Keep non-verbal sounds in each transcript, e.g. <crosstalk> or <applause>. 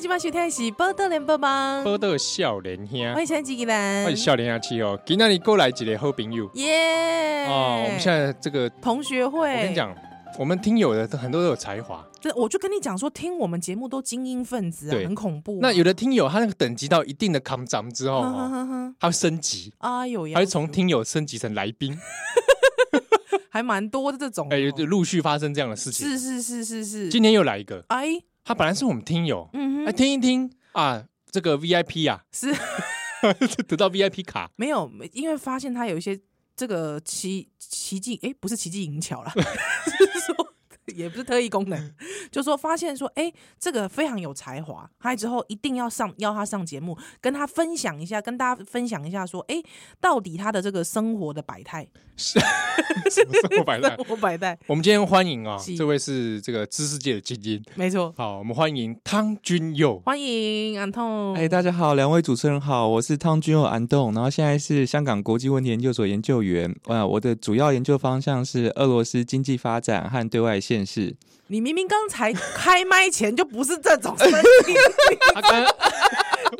即摆收听的是《报道联播网》，报道少年兄我，是陈吉吉我是兰，少年兄七哦，今天你过来几个好朋友耶！哦，我们现在这个，同学会，我跟你，讲，我们听友的都很多都有才华，我就跟你讲说，听我们节目都精英分子啊，对很恐怖啊。那有的听友他那个等级到一定的 c o m 之后呵呵哦，呵呵，他会升级，哎呦，他会从听友升级成来宾，哦还蛮多的这种哦，哎，就陆续发生这样的事情。是是是是是，今天又来一个，哎，他本来是我们听友，嗯哼，哎，听一听啊，这个 VIP 啊， <laughs> 是 <laughs> 得到 VIP 卡，没有，因为发现他有一些这个奇奇技，哎，不是奇技淫巧啦， <laughs> 是说。也不是特异功能，就说发现说，哎、这个非常有才华，还之后一定要上邀他上节目，跟他分享一下，跟大家分享一下，说，哎、到底他的这个生活的百态，什么生活百 <laughs> 态生？活百态，我们今天欢迎啊是，这位是这个知识界的精英，没错，好，我们欢迎汤君佑。欢迎安痛，哎、大家好，两位主持人好，我是汤君佑安栋，然后现在是香港国际问题研究所研究员。呃，我的主要研究方向是俄罗斯经济发展和对外现势。你明明刚才开麦前就不是这种声音，他刚刚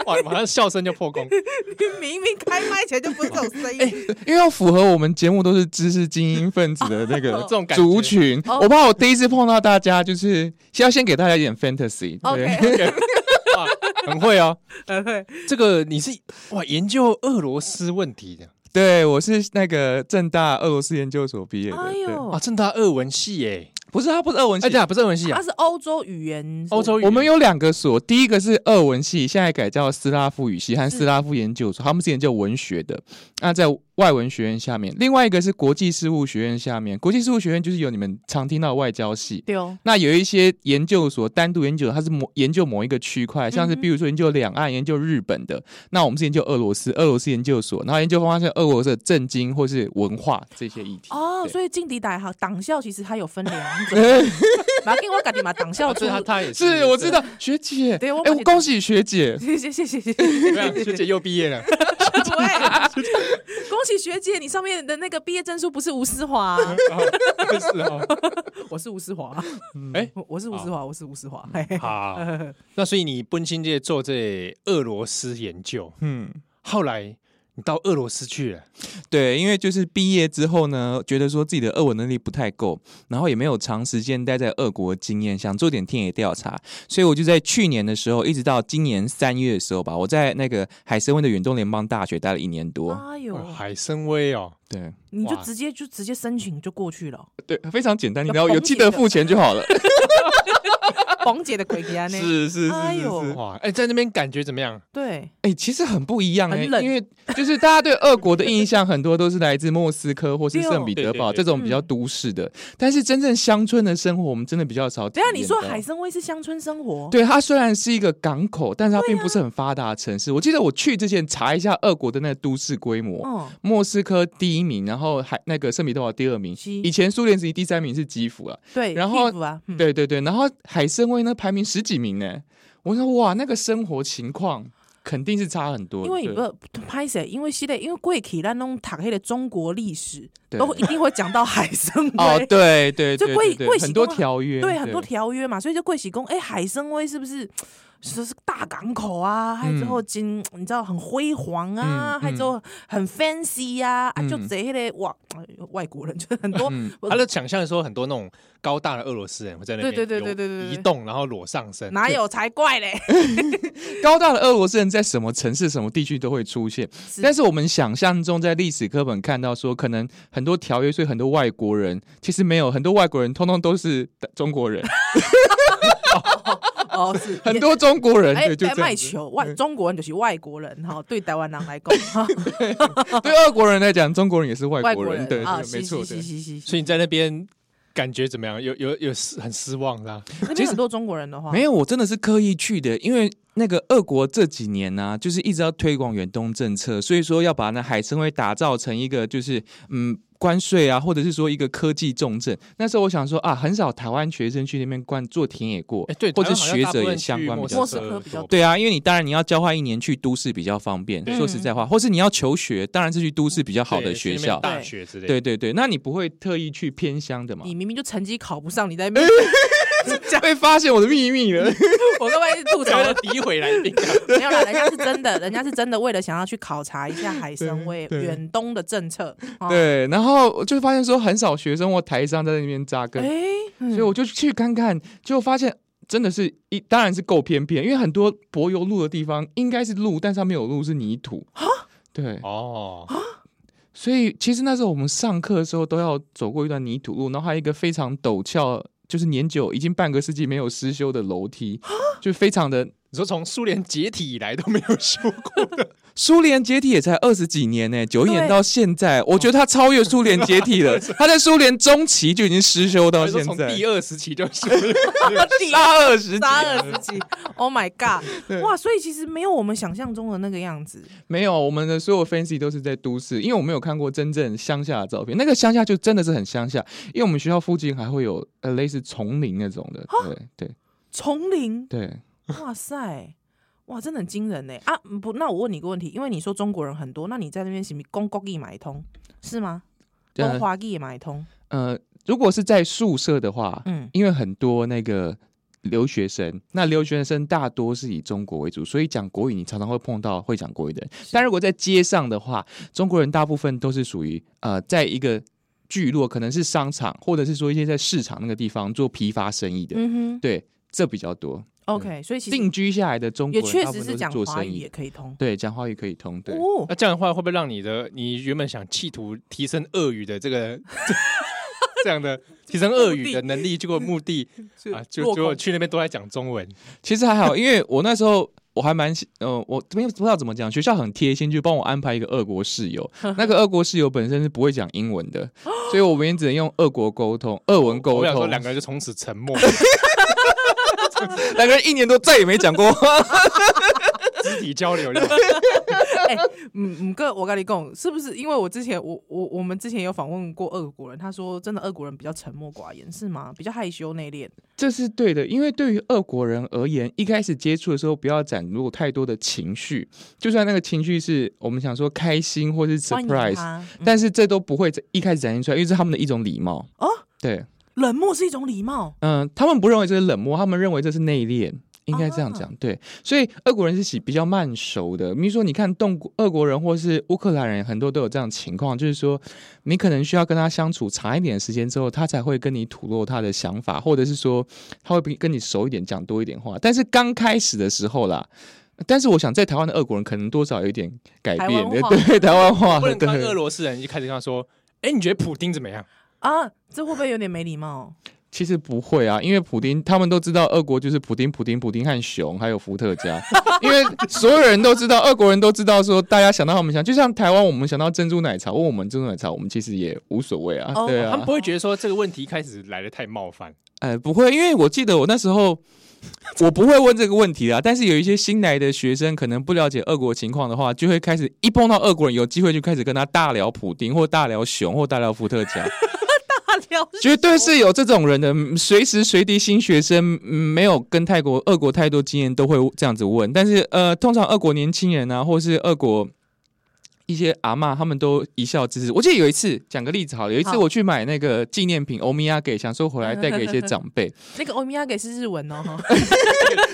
哇，马上笑声就破功。你明明开麦前就不是这种声哎音， <laughs> 因为要符合我们节目都是知识精英分子的那有个这种感觉族群，哦我怕我第一次碰到大家，就是要先给大家一点 fantasy 对。 OK，哇，很会哦。呃对，这个你是哇，研究俄罗斯问题的对，我是那个正大俄罗斯研究所毕业的。哎对呦啊，，正大俄文系耶。不是他不是俄文系哎，，对啊，不是俄文系啊它，是欧洲语言，欧洲语言我们有两个所，第一个是俄文系，现在改叫斯拉夫语系和斯拉夫研究所，他们是研究文学的。那在外文学院下面，另外一个是国际事务学院下面，国际事务学院就是有你们常听到的外交系。对哦，那有一些研究所单独研究，它是某研究某一个区块，像是嗯哼比如说研究两岸、研究日本的，那我们是研究俄罗斯，俄罗斯研究所，然后研究方向是俄罗斯的政经或是文化这些议题。哦，对所以劲敌党哈党校其实它有分两 <laughs> 种，马给我搞定嘛，党校哦啊出对，他他也是我知。道学姐，对我哎，把我你恭喜学姐，谢谢谢谢谢谢，对啊学 <laughs> 姐又毕业了，对，恭喜学姐，你上面的那个毕业证书不是吴思 <laughs> 华，嗯是哦。我是吴思华，嗯嗯哎，我我是吴思华，我是吴思华，嘿嘿好，那所以你奔新界做这俄罗斯研究，嗯。后来你到俄罗斯去了，对，因为就是毕业之后呢，觉得说自己的俄文能力不太够，然后也没有长时间待在俄国的经验，想做点田野调查，所以我就在去年的时候，一直到今年三月的时候吧，我在那个海参崴的远东联邦大学待了一年多。哎呦，哇海参崴哦，对你就哇直接就直接申请就过去了，对，非常简单，你有知道有风记景得的付钱就 <laughs> 好了。冯姐的鬼给安呢？ <laughs> 是是是哎是呦是。哇，哎，在那边感觉怎么样？对，哎、其实很不一样哎、很冷因为就是大家对俄国的印象很多都是来自莫斯科或是圣彼得堡对这哦种比嗯较都市的，但是真正乡村的生活我们真的比较少体等一验下到。你说海参崴是乡村生活，对，它虽然是一个港口，但是它并不是很发达的城市。我记得我去之前查一下俄国的那个都市规模，嗯，莫斯科第一名，然后还那个圣彼得堡第二名，是以前苏联时期第三名是基辅啊。对，然后屁股啊，嗯对对对，然后海参崴呢排名十几名呢。我说哇，那个生活情况肯定是差很多的。因为你对不拍谁，因为系列，因为贵体咱弄塔黑的中国历史，对都一定会讲到海参哦，崴，对对就对贵对对贵习很多惯条约，对很多条约嘛，所以就贵喜宫，哎，海参崴是不是？说是大港口啊，还有之后金，你知道很辉煌啊，嗯还有之后很 fancy 呀，啊，嗯就这些哇，哎呦外 <laughs> 国人就是很多，嗯我他就想象说很多那种高大的俄罗斯人会在那边对对对对游对对对移动，然后裸上身，哪有才怪嘞？高大的俄罗斯人在什么城市、什么地区都会出现，是但是我们想象中在历史课本看到说，可能很多条约，所以很多外国人其实没有，很多外国人通通都是中 <laughs> 国人，哦，是 <laughs> 很多中国人哎对就哎这卖样子。球外中国人就是外国人哈，对台湾人来讲，哈对俄国人来讲，中国人也是 <laughs> 外外国国人，对，啊，对没是错是对是是是，所以你在那边感觉怎么样？有有有失很失望啦，那边很多中国人的话，没有，我真的是刻意去的，因为那个俄国这几年啊呢、就是一直要推广远东政策，所以说要把那海参崴打造成一个就是嗯。关税啊，或者是说一个科技重镇。那时候我想说啊，很少台湾学生去那边关做田野过，哎，对，或台者湾好像学大部者也分相去关比较莫多。斯科比较多对啊，因为你当然你要交换一年去都市比较方便，对说实在话，或是你要求学，当然是去都市比较好的对学去那边校。大学之类的。对对对，那你不会特意去偏乡的嘛？你明明就成绩考不上，你在哎那边，被发现我的秘密了。我刚才吐 <laughs> 槽为了了，诋毁来宾啊，没有啦，人家是真的，人家是真的为了想要去考察一下海参崴对对远东的政策。哦， <laughs> 对，然后我就发现说很少学生或台商在那边扎根，哎，所以我就去看看，就发现真的是一当然是够偏僻，因为很多柏油路的地方应该是路，但上面有路是泥土啊对，哦，所以其实那时候我们上课的时候都要走过一段泥土路，然后还有一个非常陡峭，就是年久已经半个世纪没有施修的楼梯，啊就非常的。你说从苏联解体以来都没有修过的，苏联解体也才二十几年呢、九一年对到现在，我觉得它超越苏联解 <laughs> 体了。它在苏联中期就已经失修到还是说现从在，第二时期就修，第杀二十集嗯杀二十几，Oh my god！哇，所以其实没有我们想象中的那个样子。没有，我们的所有分析都是在都市，因为我没有看过真正乡下的照片。那个乡下就真的是很乡下，因为我们学校附近还会有呃类似丛林那种啊的，对对丛林，对，哇塞，哇，真的很惊人呢！啊，嗯不，那我问你一个问题，因为你说中国人很多，那你在那边行不行？公国语买通是吗？哦对啊公华语也买通，呃，如果是在宿舍的话，嗯，因为很多那个留学生，那留学生大多是以中国为主，所以讲国语你常常会碰到会讲国语的人。但如果在街上的话，中国人大部分都是属于呃，在一个聚落，可能是商场，或者是说一些在市场那个地方做批发生意的，嗯哼对，这比较多。 ，OK，所以其实定居下来的中也国人确大部实分都讲做华生语意也，可以通对，讲华语可以通，对。哦 <laughs> 那。这样的话会不会让你的你原本想企图提升俄语的这个 <laughs> 这样 <laughs> 的提升俄语的能力，结果目的啊，就落结果空去那边都在讲中文，其实还好，因为我那时候我还蛮喜，呃，我没有不知道怎么讲，学校很贴心，就帮我安排一个俄国室 <laughs> 友。那个俄国室友本身是不会讲英 <gasps> 文的，所以我们也只能用俄国沟通、俄文沟我想说通。两个人就从此沉默， <laughs> 啊两个人一年都再也没 <laughs> 讲过话。肢体交流。嗯嗯，哥，我跟你讲，是不是因为我之前我我我们之前有访问过俄国人，他说真的俄国人比较沉默寡言，是吗？比较害羞内敛。这是对的，因为对于俄国人而言，一开始接触的时候不要展露太多的情绪，就算那个情绪是我们想说开心或是欢迎 surprise，他，嗯但是这都不会在一开始展现出来，因为这是他们的一种礼貌。哦，对，冷漠是一种礼貌，嗯，他们不认为这是冷漠，他们认为这是内敛。哦应该这样讲，对，所以俄国人是喜比较慢熟的。比如说，你看动俄国人或是乌克兰人，很多都有这样的情况，就是说，你可能需要跟他相处长一点的时间之后，他才会跟你吐露他的想法，或者是说他会比跟你熟一点，讲多一点话。但是刚开始的时候啦，但是我想在台湾的俄国人可能多少有一点改台变，湾话对台湾话，不能对看俄罗斯人一开始跟他说：“哎，你觉得普丁怎么样啊，这会不会有点没礼貌？其实不会啊，因为普丁他们都知道，俄国就是普丁、普丁、普丁和熊，还有伏特加。 <laughs> 因为所有人都知道，俄国人都知道说，大家想到他们想，就像台湾我们想到珍珠奶茶，问我们珍珠奶茶，我们其实也无所谓啊，哦对？”他们啊不，会觉得说这个问题一开始来的太冒犯，呃，不会，因为我记得我那时候。我不会问这个问题啊，但是有一些新来的学生可能不了解俄国情况的话，就会开始一碰到俄国人，有机会就开始跟他大聊普丁或大聊熊或大聊伏特加。 <laughs> 大聊绝对是有这种人的，嗯随时随地新学生、嗯没有跟泰国、俄国太多经验都会这样子问。但是呃，通常俄国年轻人啊，或是俄国一些阿嬷，他们都一笑置之。我记得有一次，讲个例子好了，有一次好我去买那个纪念品欧米亚给，想说回来带给一些长 <laughs> 辈，那个欧米亚给是日文哦，哈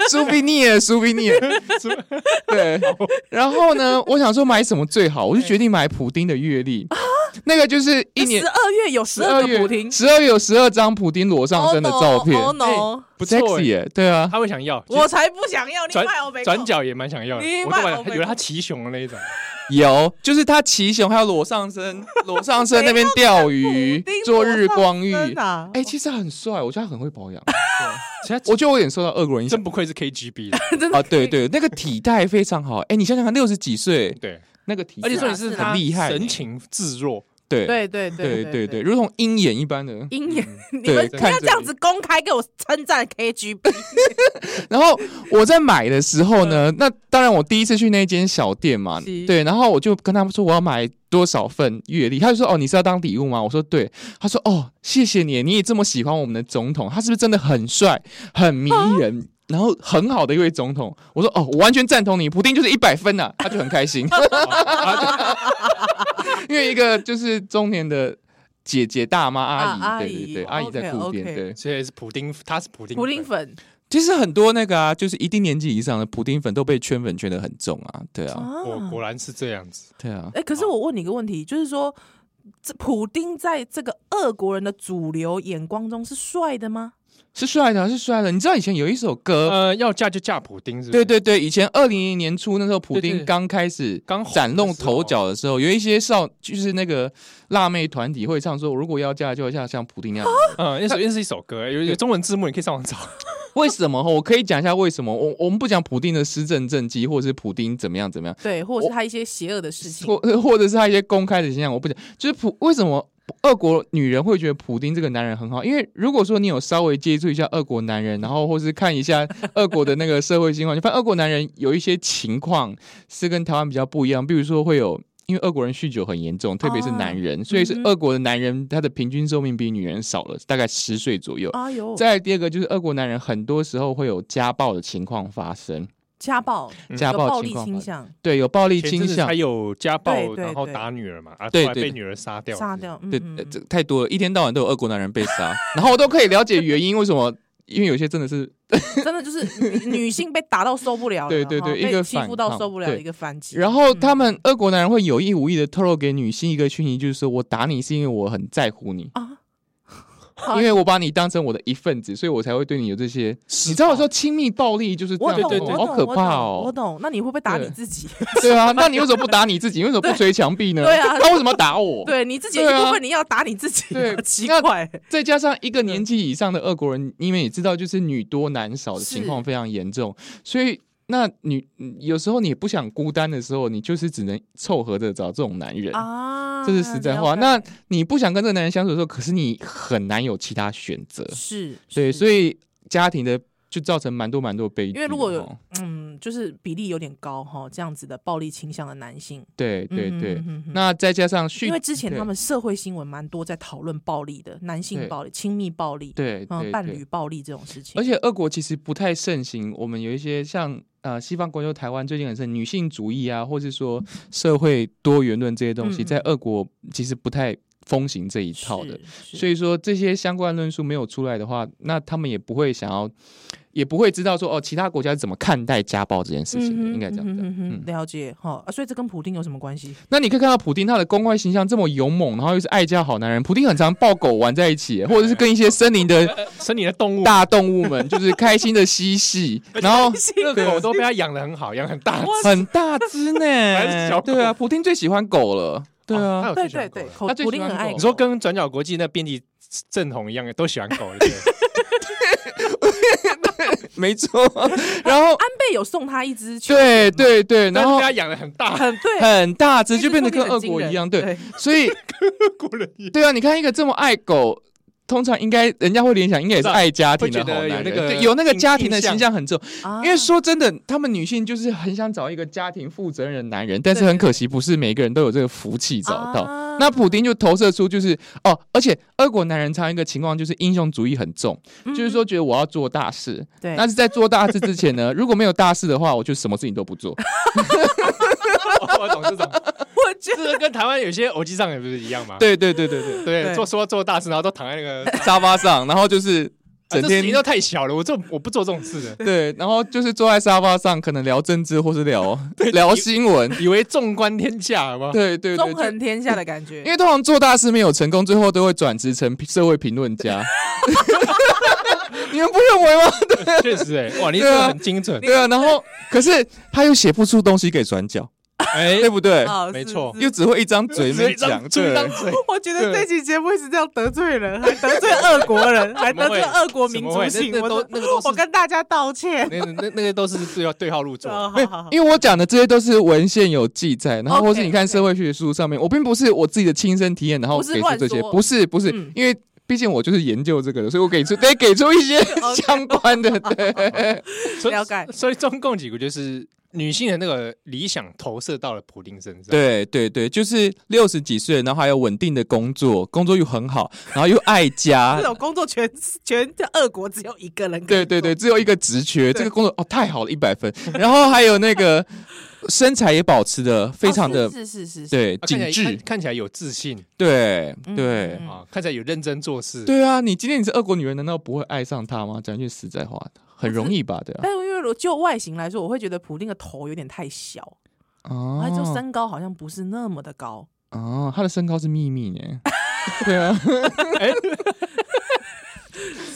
苏比尼尔，苏比尼尔， <laughs> 对。然后呢，我想说买什么最好，我就决定买普丁的月历，那个就是一年十。二月有啊十二个补丁，十二月有十二张普丁裸上身的照片，哎哦 no！不错，sexy 欸。耶、对啊，他会想要，我才不想要，你转卖我没转角也蛮想要的。你我卖都欧完美以为他骑熊的那一 <laughs> 种，有，就是他骑熊，还有裸上身，裸上身那边钓鱼，做日光浴，啊哎、啊！其实很帅，我觉得他很会保养，其实我觉得我有点受到俄国人影响真不愧是 KGB 的。 <laughs> 真的啊，对对，那个体态非常好，哎、你想想看，六十几岁对，那个体态，而且说重你啊点是是他很厉害神情自若，对对对对对对对，如同鹰眼一般的。鹰眼，你对们不看要着这样子公开给我称赞 KGB，然后我在买的时候呢，那当然我第一次去那间小店嘛嗯是，对，然后我就跟他们说我要买多少份月历，他就说哦你是要当礼物吗？我说对，他说哦谢谢你，你也这么喜欢我们的总统，他是不是真的很帅、很迷人，啊然后很好的一位总统？我说哦我完全赞同你，普丁就是一百分呐、啊他就很开心， <laughs> 因为一个就是中年的姐姐、大妈、阿姨，啊阿对姨对对，阿姨在路边 OK，OK 对。所以是普丁，他是普丁普林粉其实很多那个啊，就是一定年纪以上的普丁粉都被圈粉圈的很重啊，对啊，啊果果然是这样子。对啊，哎、可是好我问你一个问题，就是说，这普丁在这个俄国人的主流眼光中是帅的吗？是帅的啊，是帅的。你知道以前有一首歌，呃，要嫁就嫁普丁，是不是？对，对对，以前二零零年初那时候，普对丁对刚开始刚红的崭露时候 <laughs> 头角的时候，有一些少就是那个辣妹团体会唱说，如果要嫁就要嫁像普丁那样。嗯，那首那是一首歌，有有中文字幕，你可以上网 <laughs> 找。为什么？我可以讲一下为什么。我我们不讲普丁的施政政绩，或者是普丁怎么样怎么样，对，或者是我他一些邪恶的事情或 <laughs> 或者是他一些公开的现象，我不讲。就是普为什么俄国女人会觉得普丁这个男人很好？因为如果说你有稍微接触一下俄国男人，然后或是看一下俄国的那个社会情况，你发现俄国男人有一些情况是跟台湾比较不一样，比如说会有。因为俄国人酗酒很严重，特别是男人，所以是嗯哼俄国的男人他的平均寿命比女人少了大概十岁左右。哎呦，再来第二个就是俄国男人很多时候会有家暴的情况发生，家暴、嗯家有暴暴力情况倾发生向，对有暴力前阵倾子向还，有家暴，对对然后对打女儿嘛，啊，后对来对被对女儿杀掉，杀。掉，嗯对，嗯呃嗯这太多了，一天到晚都有俄国男人被杀，然后我都可以了解原因，为什么？因为有些真的是真的就是 <laughs> 女女性被打到受不了了，对对哈对一被个欺反负到抗受不了，对一个反击，然后他们嗯俄国男人会有意无意的透露给女性一个讯息，就是说我打你是因为我很在乎你，啊， <laughs> 哦因为我把你当成我的一份子，所以我才会对你有这些。你知道我说亲密暴力就是这哦我样懂，子，我对对懂，好可我怕懂我哦。懂，那你会不会打对你自己？对啊，那你为什么不打你自己？为什么不捶墙壁呢？对啊他为什么要打我？对你自己的对一部啊分你要打你自己，对奇那怪，再加上一个年纪以上的俄国人，你们也知道，就是女多男少的是情况非常严重，所以那女嗯有时候你不想孤单的时候，你就是只能凑合着找这种男人。啊，这是实在了话。解那你不想跟这个男人相处的时候，可是你很难有其他选择，是，对，是所以家庭的就造成蛮多蛮多悲剧。因为如果有哦嗯，就是比例有点高哈，这样子的暴力倾向的男性，对对嗯对，哼哼哼那再加上酗因为之前对他们社会新闻蛮多在讨论暴力的，男性对暴力、亲密暴力、对嗯，对伴对侣暴力这种事情而，且俄国其实不太盛行，我们有一些像呃西方国家，台湾最近很盛女性主义啊，或是说社会多元论这些东西，嗯嗯在俄国其实不太风行这一套的。是，所以以说这些相关论述没有出来的话，那他们也不会想要，也不会知道说哦，其他国家是怎么看待家暴这件事情的，应该这样讲。嗯了解哈、啊，所以这跟普丁有什么关系？那你可以看到普丁他的公开形象这么勇猛，然后又是爱家好男人。普丁很常抱狗玩在一起，或者是跟一些森林的森林的动物，大动物们就是开心的 <laughs> 嬉戏，然后那个狗都被他养的很好，养得很 <laughs> 大只。哦很大只还是小呢。狗对啊，普丁最喜欢狗了。对哦他啊，有对最喜欢对对，狗了口他最普喜丁欢很爱狗你说 <laughs> 跟转角国际那编辑正统一样，都喜欢狗，对不对没错。 <laughs> 然后，安倍有送他一只球，对对 <laughs> 对，但然是后被他养的很 <laughs> 大，很对，很大只，那就只变得特别跟很俄惊国人一样。对，，所以国人也 <laughs> 对啊，你看一个这么爱狗。通常应该人家会联想，应该也是爱家庭的会觉好得有男人，那个对有那个家庭的印象形象很重。啊因为说真的，他们女性就是很想找一个家庭负责任的男人，但是很可惜，不是每个人都有这个福气找到。啊那普丁就投射出就是哦，而且俄国男人常有一个情况就是英雄主义很重，嗯就是说觉得我要做大事。嗯对，但是在做大事之前 <laughs> 呢，如果没有大事的话，我就什么事情都不做。哦我懂这 <laughs> 种，我觉这个跟台湾有些偶机上也不是一样吗？对对对对对，对对做说做大事，然后都躺在那个，沙发上，然后就是整啊这事天情都太小了，我这我不做这种事的。对，然后就是坐在沙发上，可能聊政治或 <laughs> 是聊聊新闻。以为纵观天下，好不 <laughs> 好？对对得对，纵就横天下的感觉，因为通常做大事没有成功，最后都会转职成社会评论家。 <laughs> 你们不认为吗？确实、哎，哇，你对说啊很精准，对啊，然后可是他又写不出东西给转角，哎对，不对？啊没是错是又只会一张嘴没讲，讲出一张对啊嘴， <laughs> 我觉得这期节目一直这样得罪人，还得罪俄国 <laughs> 人，还得罪俄国民族性，怎么会那那我都那个都是我跟大家道歉。那个那那个都是对号对号入座。哦好没有好好， <laughs> 因为我讲的这些都是文献有记载，然后 OK，或是你看 OK 社会学书上面，我并不是我自己的亲身体验，然后不是给出乱这些，说不是不是嗯，因为毕竟我就是研究这个的，所以我给出得给出一些相关 <laughs> 的， <laughs> 哦对，所以了解所以中共几个就是女性的那个理想投射到了普丁身上。，对对对，就是六十几岁，然后还有稳定的工作，工作又很好，然后又爱家 <laughs> 这。种工作全全俄国只有一个人。对对对，，只有一个职缺，对这个工作哦太好了，一百分。然后还有那个身材也保持的非常的、哦是是是是，对啊、看紧起来看致，看起来有自信对嗯对，嗯啊，看起来有认真做事。对啊，你今天你是俄国女人，难道不会爱上他吗？讲句实在话，很容易吧？对 <laughs> 啊，但是因为我就外形来说，我会觉得普丁的头有点太小，哦他就身高好像不是那么的高。哦，他的身高是秘密呢。对啊，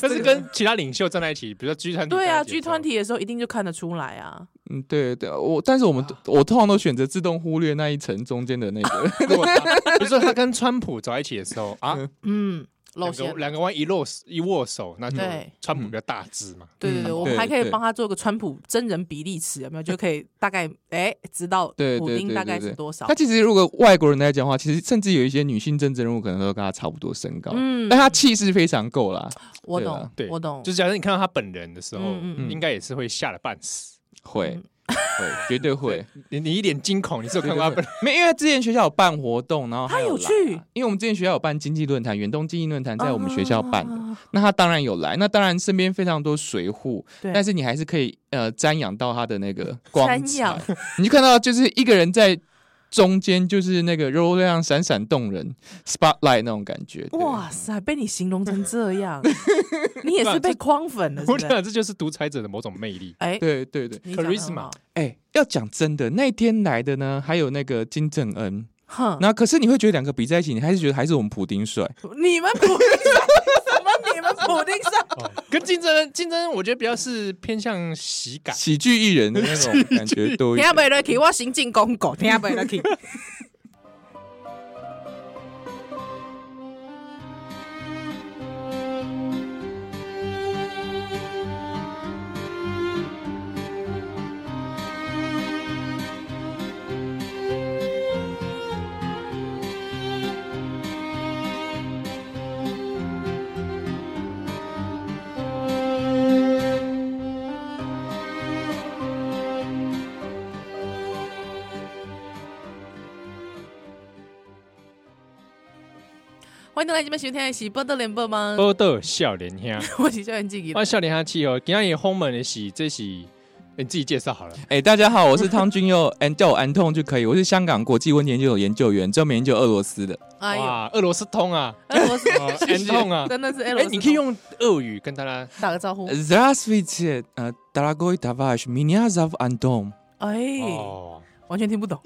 但是跟其他领袖站在一起，比如说 G 团体，，对啊，G 团体的时候一定就看得出来啊。嗯，对对，我但是我们我通常都选择自动忽略那一层中间的那个如果打， <laughs> 比如说他跟川普走在一起的时候啊，嗯，露两馅个了。两个弯一握手一握手，那就对川普比较大只嘛。对对对，嗯我对们还可以对帮他做个川普真人比例尺，有没有？就可以大概哎知道对普对丁对大对概是对多少他。其实如果外国人来讲的话，其实甚至有一些女性政治人物可能都跟他差不多身高，嗯但他气势非常够啦，我对懂啦，对我懂，就是假设你看到他本人的时候，哦嗯嗯应该也是会吓得半死。会嗯会绝对会。你你一脸惊恐，你是有看过他本人？没，因为之前学校有办活动，然后他还有来去啊因为我们之前学校有办经济论坛，远东经济论坛在我们学校办的，啊那他当然有来，那当然身边非常多水户，对，但是你还是可以呃瞻仰到他的 <laughs> 那个光瞻彩仰，你就看到就是一个人在中间，就是那个柔亮闪闪动人 spotlight 那种感觉。对，哇塞，被你形容成这样，你也是被框粉了，是我不 <laughs> 是？讲啊这就是独裁者的某种魅力。哎，对对对，你讲得很好哎、要讲真的，那天来的呢，还有那个金正恩，哼，那可是你会觉得两个比在一起，你还是觉得还是我们普丁帅。你们普丁上什么？你们普丁上哦跟竞争竞争，我觉得比较是偏向喜感。喜剧艺人的那种感觉多一听点不。落去，我行进公狗听不落去。欢迎回来这边收听的是《波多联播》吗？ <laughs> 报道笑脸兄，我是校园记忆我笑脸兄气哦，今天轰门的是这是欸你自己介绍好了。哎、大家好，我是汤君佑，安叫我安痛就可以。我是香港国际温研究所研究员，专门研究俄罗斯的。哎呦， <laughs> 哇，俄罗斯通啊，俄罗斯哦安痛 <laughs> 啊，真的是俄罗哎，斯，你可以用俄语跟大家打个招呃呼。 Здравствуйте, э, дорогой товарищ, меня зовут Антон。哎，哦。完全听不懂。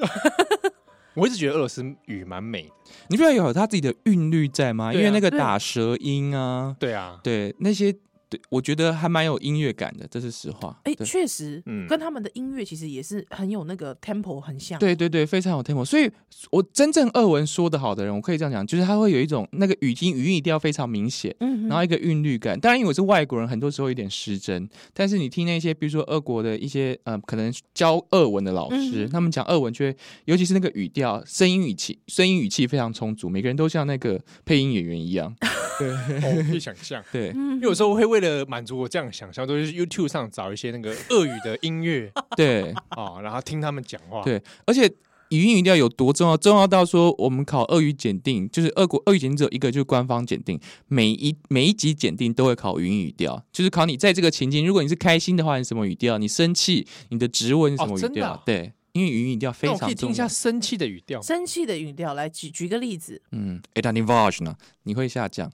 我一直觉得俄罗斯语蛮美的，你不要有它自己的韵律在吗？对啊因为那个打舌音啊，对啊，对那些，对我觉得还蛮有音乐感的，这是实话。哎，对确实，嗯跟他们的音乐其实也是很有那个 tempo 很啊像。对对对，非常有 tempo。所以，我真正俄文说的好的人，我可以这样讲，就是他会有一种那个语音语音一定要非常明显。嗯哼，然后一个韵律感，当然因为我是外国人，很多时候有点失真。但是你听那些，比如说俄国的一些，呃，可能教俄文的老师，嗯他们讲俄文，就会，尤其是那个语调、声音语气、声音语气非常充足，每个人都像那个配音演员一样。哦我可以想象。 <laughs> 对，嗯因为有时候我会为了满足我这样的想象，都是 YouTube 上找一些 <laughs> 那个俄语的音乐对，啊，然后听他们讲话。对而且。语音语调有多重要？重要到说我们考俄语检定，就是俄国俄语检定只有一个，就是官方检定，每一每一级检定都会考语音语调，就是考你在这个情境，如果你是开心的话，你什么语调；你生气，你的职问是什哦么语真的调？啊对，因为语音语调非那我可常以听重一要下。生气的语调吗，生气的语调，来举举个例子，嗯 e t a n i v a s h 呢，你会下降，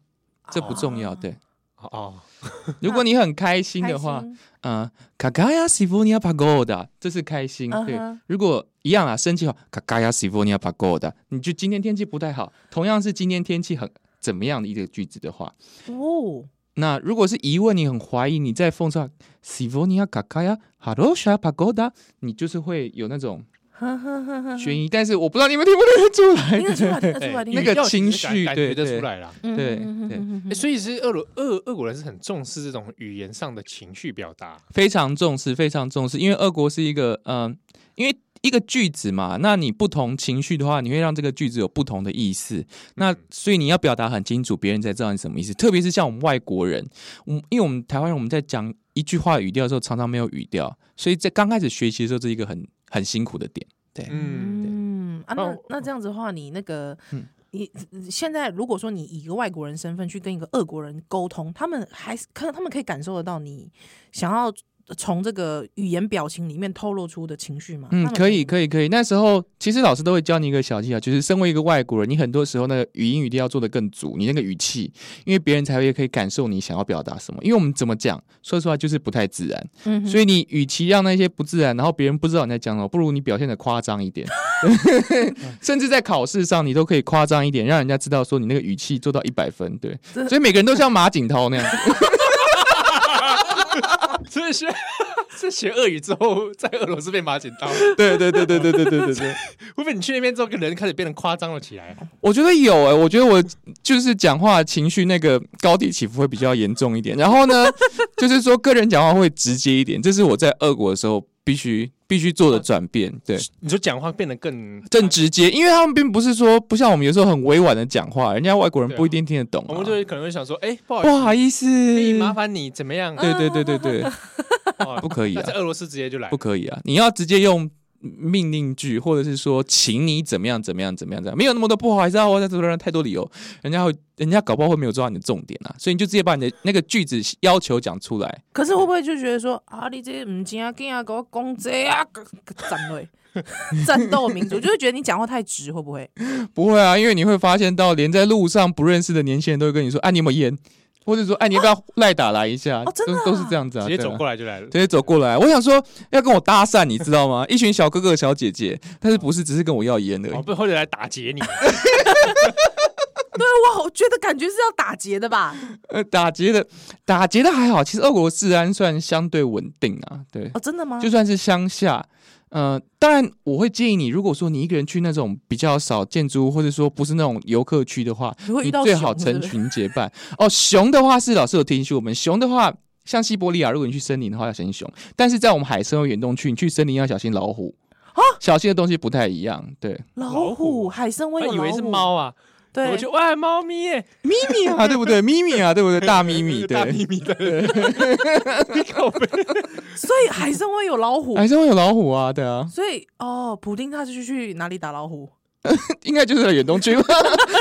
这不重要。啊对，哦哦，如果你很开心开的话，心嗯 k a k a y a Sivonia Pagoda，这是开心。对嗯哼，如果一样啊，生气的话 k a k a y a Sivonia Pagoda，你就今天天气不太好，同样是今天天气很呃怎么样的一个句子的话，哦，那如果是疑问，你很怀疑，你在奉上 Sivonia k a k a y a Harosha Pagoda，你就是会有那种呵呵呵呵，悬疑，但是我不知道你们听不听得出来。听得出来，听得出哎来，听那得个出来要情感绪感对觉得对出来啦。嗯对嗯嗯对嗯嗯哎所以是俄罗俄俄国人是很重视这种语言上的情绪表达，非常重视，非常重视，因为俄国是一个，嗯、因为一个句子嘛，那你不同情绪的话，你会让这个句子有不同的意思，那嗯所以你要表达很清楚，别人才知道你什么意思。特别是像我们外国人，我们因为我们台湾人，我们在讲一句话语调的时候，常常没有语调，所以在刚开始学习的时候，这是一个很很辛苦的点。对，嗯，嗯啊，那那我那这样子的话，你那个嗯你你现在如果说你以一个外国人身份去跟一个俄国人沟通，他们还是可他们可以感受得到你想要从这个语言表情里面透露出的情绪吗？嗯，可以，以。可以，可以。那时候其实老师都会教你一个小技巧，就是身为一个外国人，你很多时候那个语音语调要做的更足，你那个语气，因为别人才会可以感受你想要表达什么。因为我们怎么讲，说实话就是不太自然，嗯哼所以你与其让那些不自然，然后别人不知道你在讲什么，不如你表现的夸张一点， <laughs> 甚至在考试上你都可以夸张一点，让人家知道说你那个语气做到一百分。对，这所以每个人都像马景涛那样。 <laughs> 所以学这学俄语之后，在俄罗斯被马剪刀，会对对对对对对对对对。不会你去那边之后，跟人开始变得夸张了起来？我觉得有哎、我觉得我就是讲话情绪那个高低起伏会比较严重一点，然后呢， <laughs> 就是说个人讲话会直接一点，这是我在俄国的时候必须必须做的转变，对，你说讲话变得更更直接，因为他们并不是说不像我们有时候很委婉的讲话，人家外国人对啊不一定听得懂啊、我们就会可能会想说，哎、不好意不思，好意思，可以麻烦你怎么样？对对对 <laughs> 对对，哦不可以那啊在，俄罗斯直接就来不，可以啊，你要直接用。命令句，或者是说，请你怎么样怎么样怎么样怎么样，没有那么多不好意思啊，或者怎么样太多理由，人家会，人家搞不好会没有抓你的重点啊，所以你就直接把你的那个句子要求讲出来，可是会不会就觉得说啊，你这唔行啊，跟啊，给我攻这啊， <laughs> 战队 <laughs> 战斗民族，就会觉得你讲话太直，会不会？不会啊，因为你会发现到，连在路上不认识的年轻人都会跟你说，哎、你有没有烟？或者说，哎、你要不要赖打来一下？哦真的啊都都是这样子啊，直接对啊走过来就来了。直接走过来，我想说要跟我搭讪，你知道吗？一群小哥哥小姐姐，但是不是只是跟我要烟而哦，已？不，或者来打劫你，对哇，啊我觉得感觉是要打劫的吧？呃，打劫的打劫的还好，其实俄国治安算相对稳定啊，对，哦，真的吗？就算是乡下，呃，当然我会建议你，如果说你一个人去那种比较少建筑物，或者说不是那种游客区的话，你会遇到你最好熊是成不是 <laughs> 群结伴。哦，熊的话是老师有提醒我们，熊的话。像西伯利亚，如果你去森林的话要小心熊，但是在我们海参或远东区，你去森林要小心老虎啊小心的东西不太一样。对，老老虎虎，海参崴他有以为老是虎，猫啊，对，我觉得哇，猫咪耶，咪咪啊，对不对？咪咪啊，对不 <laughs> 对？大咪咪，大对。咪咪 <laughs> 的，靠背所以海参崴有老虎，海参会有老虎啊，对啊，所以哦，普丁他是去哪里打老虎？应该就是在远 <laughs> 东区吧。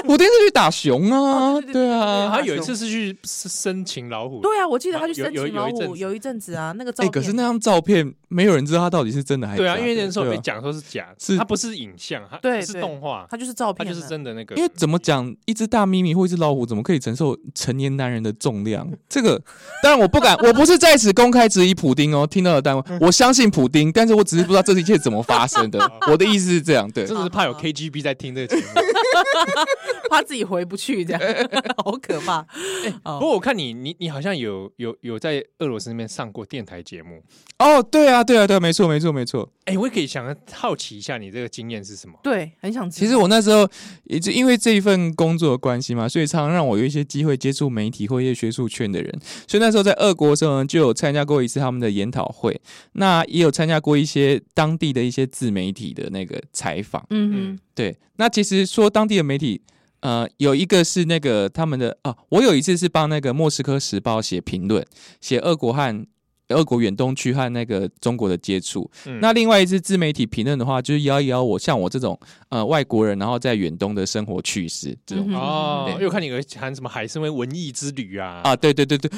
我第一次去打熊啊，哦对对对对啊，他有一次是去申请老虎，对啊，我记得他去有申有请有老一阵虎子有一阵子啊，那个照哎、片。可是那张照片没有人知道它到底是真的还是对啊，假因的为那时候对被啊讲说是假，是它不是影像，它对它是对动画，他就是照它片啊，就是真的那嗯个，因为怎么讲，一只大咪咪或一只老虎怎么可以承受成年男人的重量？这个当然我不敢，我不是在此公开质疑普丁哦，听到的单位，嗯我相信普丁，但是我只是不知道这一切怎么发 <laughs> 生的。我的意思是这样，对真，的是怕有 KGB 在听这个节目。怕自己回不去这样，好可怕。不过我看你，你你好像有有有在俄罗斯那边上过电台节目，哦，对啊，对啊，对啊，没错，没错，没错。哎，我也可以想好奇一下你这个经验是什么？对，很想知其实我那时候也就因为这一份工作的关系嘛，所以常常让我有一些机会接触媒体或一些学术圈的人。所以那时候在俄国的时候呢，就有参加过一次他们的研讨会，那也有参加过一些当地的一些自媒体的那个采访。嗯对，那其实说当地的媒体，呃，有一个是那个他们的啊，我有一次是帮那个《莫斯科时报》写评论，写俄国和俄国远东区和那个中国的接触。嗯那另外一次自媒体评论的话，就是邀一邀我像我这种呃外国人，然后在远东的生活趣事这种、嗯哦，对因为我看你有谈什么海参崴文艺之旅啊，啊，对对对对，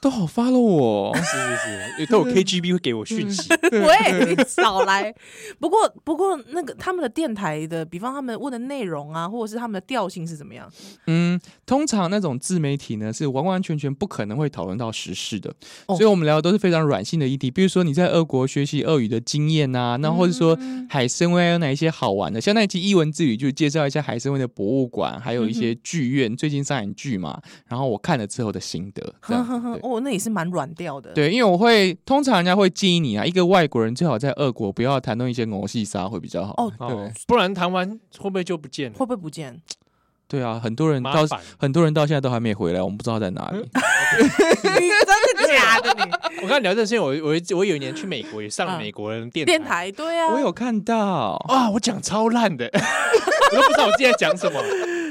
都好发了我。哦是是是，都嗯有 KGB 会给我讯息，哼，喂，你少来。不过不过，那个他们的电台的，比方他们问的内容啊，或者是他们的调性是怎么样？ <laughs> 嗯，通常那种自媒体呢，是完完全全不可能会讨论到时事的，哦所以我们聊的都是非常软性的议题，比如说你在俄国学习俄语的经验啊，那或者说海参崴有哪一些好玩的，像那一集一文之语就介绍一下海参崴的博嗯嗯物馆，还有一些剧院，最近上演剧嘛，然后我看了之后的心得，这样子对我我哦那也是蛮软调的。，对，因为我会通常人家会建议你啊，一个外国人最好在俄国不要谈论一些俄系沙会比较好。哦哦对，不然谈完会不会就不见了？会不会不 <laughs> 见？对啊，很多人麻到烦。很多人到现在都还没回来，我们不知道在哪里。你真的假的你？我刚才聊这些，我我我有一年去美国，也上了嗯美国人 <laughs> 电电台对啊，我有看到，啊，我讲超烂的， <laughs> 我都不知道我自己在讲什么，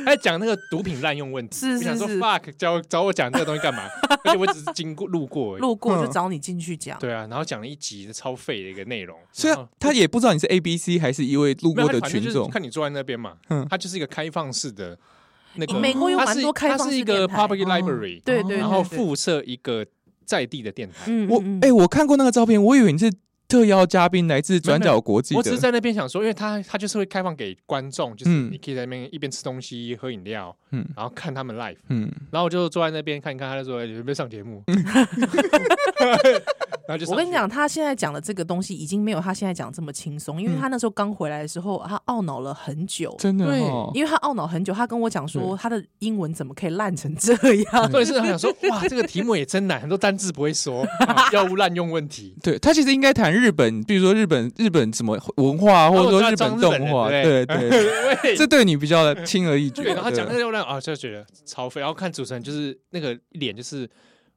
还讲那个毒品滥用问题。是我想是说是 fuck，找找我讲这个东西 <laughs> 干嘛？而且我只是经过路过而已。路过嗯就找你进去讲。对啊，然后讲了一集超废的一个内容，虽啊然然后他也不知道你是 A B C 还是一位路没有过他的反正群就是众，看你坐在那边嘛嗯，它就是一个开放式的那个，美国有它蛮是多开放它是一式个电台嗯 public 哦 library，对对，然后对，附设一个在地的电台。对嗯，我嗯嗯哎、我看过那个照片，我以为你是特邀嘉宾，来自转角国际我的。只是在那边想说，因为它它就是会开放给观众，就是嗯你可以在那边一边吃东西、喝饮料，嗯然后看他们 live，嗯，然后我就坐在那边看一看，他就说：“哎，你有没有上节 <laughs> 目？”然后就上我跟你去了，讲，他现在讲的这个东西已经没有他现在讲这么轻松，因为他那时候刚回来的时候，他懊恼了很久，真的对哦，因为他懊恼很久，他跟我讲说对他的英文怎么可以烂成这样？或者是他想说：“哇，这个题目也真难，很多单字不 <laughs> 会说，啊药物滥用问题。对他其实应该谈日本，比如说日本日本什么文化，啊或者说日本动画，哦对对对，”喂这对你比较轻而易举。对，然后他讲那对个让啊，就觉得超费。然后看主持人就是那个脸，就是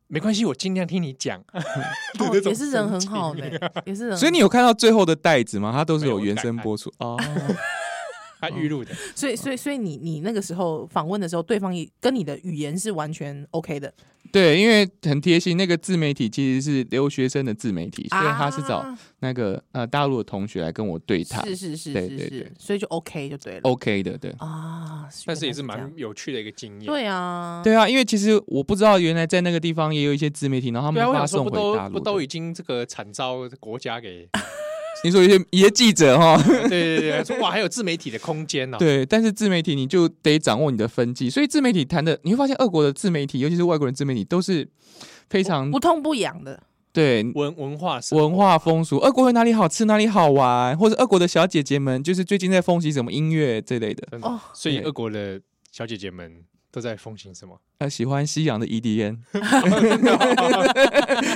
没关系，我尽量听你讲。 <laughs> 哦也是人很好呢的， <laughs> 也是人。所以你有看到最后的袋子吗？它都是有没有原声播出哦。哦他预录的，所以，所以，所以你你那个时候访问的时候，对方也跟你的语言是完全 OK 的对，因为很贴心，那个自媒体其实是留学生的自媒体，所以他是找啊那个呃大陆的同学来跟我对谈是是是对是对对哦是，所以就 OK 就对了，OK 的，对。啊。但是也是原来蛮这样有趣的一个经验。对啊，对啊，因为其实我不知道，原来在那个地方也有一些自媒体，然后他对啊，我们发想送说不回都大不陆都的。已经这个惨遭国家给哦你说有些一些记者哈，对对对对，说哇还有自媒体的空间哦呢。对，但是自媒体你就得掌握你的分际，所以自媒体谈的，你会发现俄国的自媒体，尤其是外国人自媒体，都是非常不痛不痒的，对文文化生文化风俗，俄国有哪里好吃，哪里好玩，或者俄国的小姐姐们就是最近在风行什么音乐这类的，真的哦，所以对俄国的小姐姐们都在风行什么？呃，喜欢西洋的 <laughs> EDN，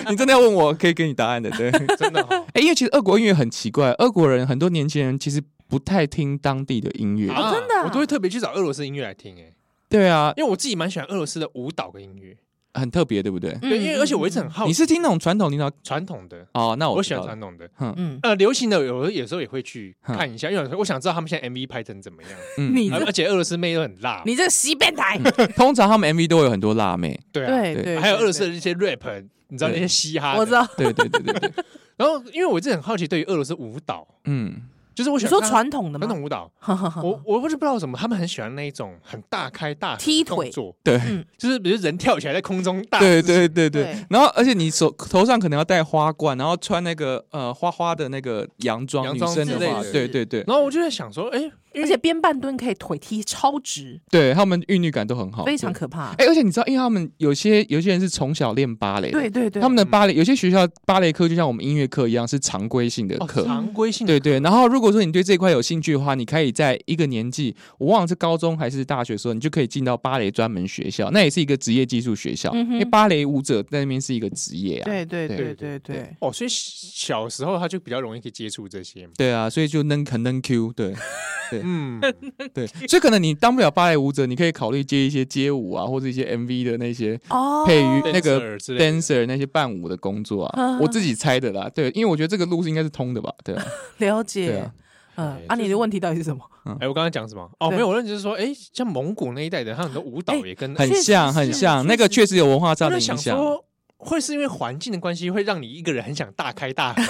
你真的要问我，可以给你答案的，对。真的哦 <laughs> 哎、因为其实俄国音乐很奇怪，俄国人很多年轻人其实不太听当地哦的音乐。啊真的啊我都会特别去找俄罗斯音乐来听，哎，对啊，因为我自己蛮喜欢俄罗斯的舞蹈跟音乐，很特别，对不对？嗯对，因为而且我一直很嗯好你奇是听那种传统领导传统的，哦？那我我喜知欢道了传统的，嗯，呃，流行的有有时候也会去哼看一下，因为我想知道他们现在 MV 拍成怎么样，嗯你而而且俄罗斯妹都很辣，你这个西变态，通常他们 MV 都会有很多辣妹。对啊，对嗯对对，还有俄罗斯对，的一些 rap，你知道那些嘻对哈的，我知道。对对对对 <laughs> 对，然后因为我一直很好奇对于俄罗斯舞蹈，嗯，就是我你想说看传统的传吗？统舞蹈，我我不知不知道为什么，他们很喜欢那一种很大开大合的踢腿动作，对嗯就是比如人跳起来在空中大，对对对对对。然后，而且你手头上可能要戴花冠，然后穿那个呃花花的那个洋装，洋女装生的之类话，的对对对然后我就在想说，哎，因而为且边半蹲可以腿踢超直，对，他们韵律感都很好，非常对。可怕。哎，而且你知道，因为他们有些有些人是从小练芭蕾的，对对对，他们的嗯芭蕾有些学校芭蕾课就像我们音乐课一样是常规性的哦课。常规性的对对，然后如果说你对这一块有兴趣的话，你可以在一个年纪，我忘了是高中还是大学的时候，你就可以进到芭蕾专门学校，那也是一个职业技术学校，嗯哼因为芭蕾舞者在那边是一个职业啊。对对对对对对对，哦，所以小时候他就比较容易可以接触这些嘛，对啊，所以就能很能 Q，对嗯，对， <laughs> 所以可能你当不了芭蕾舞者，你可以考虑接一些街舞啊，或者一些 MV 的那些哦，配乐那个 dancer 之类的 dancer 那些伴舞的工作啊嗯，我自己猜的啦，对，因为我觉得这个路是应该是通的吧，对啊，了对解啊。，嗯对，啊，就你是的问题到底是什么？哎，我刚才讲什么？哦，对没有，我认识说，哎，像蒙古那一代的，他很多舞蹈也跟很确实像是啊很像，确那个实确实有文化上我的在影想响。说，会是因为环境的关系，会让你一个人很想大开大合，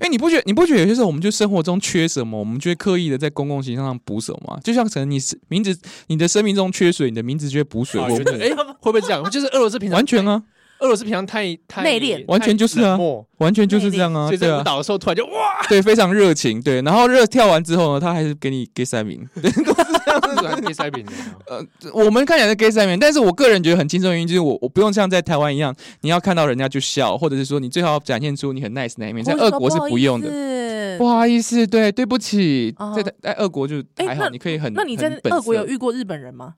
哎、你不觉得你不觉得有些时候我们就生活中缺什么，我们就会刻意的在公共形象上补什么吗？啊就像可能你是名字，你的生命中缺水，你的名字就会补水啊我或觉得哎，会不会这样？就是俄罗斯平常完全啊，俄罗斯平常太太内敛完全就是啊太冷漠完全就是这样啊，所以对在舞啊，蹈的时候突然就 <laughs> 哇，对，非常热情，对，然后热跳完之后呢，他还是给你给三名，突然变塞饼了。我们看起来是 gay 三元，但是我个人觉得很轻松的原因就是我我不用像在台湾一样，你要看到人家就笑，或者是说你最好展现出 <laughs> 你很 nice 那一面，在或者俄说国是好不用意的。思不好意思，对，对不起，哦在在俄国就还哎好，那你可以很。那你在很本俄国有色遇过日本人吗？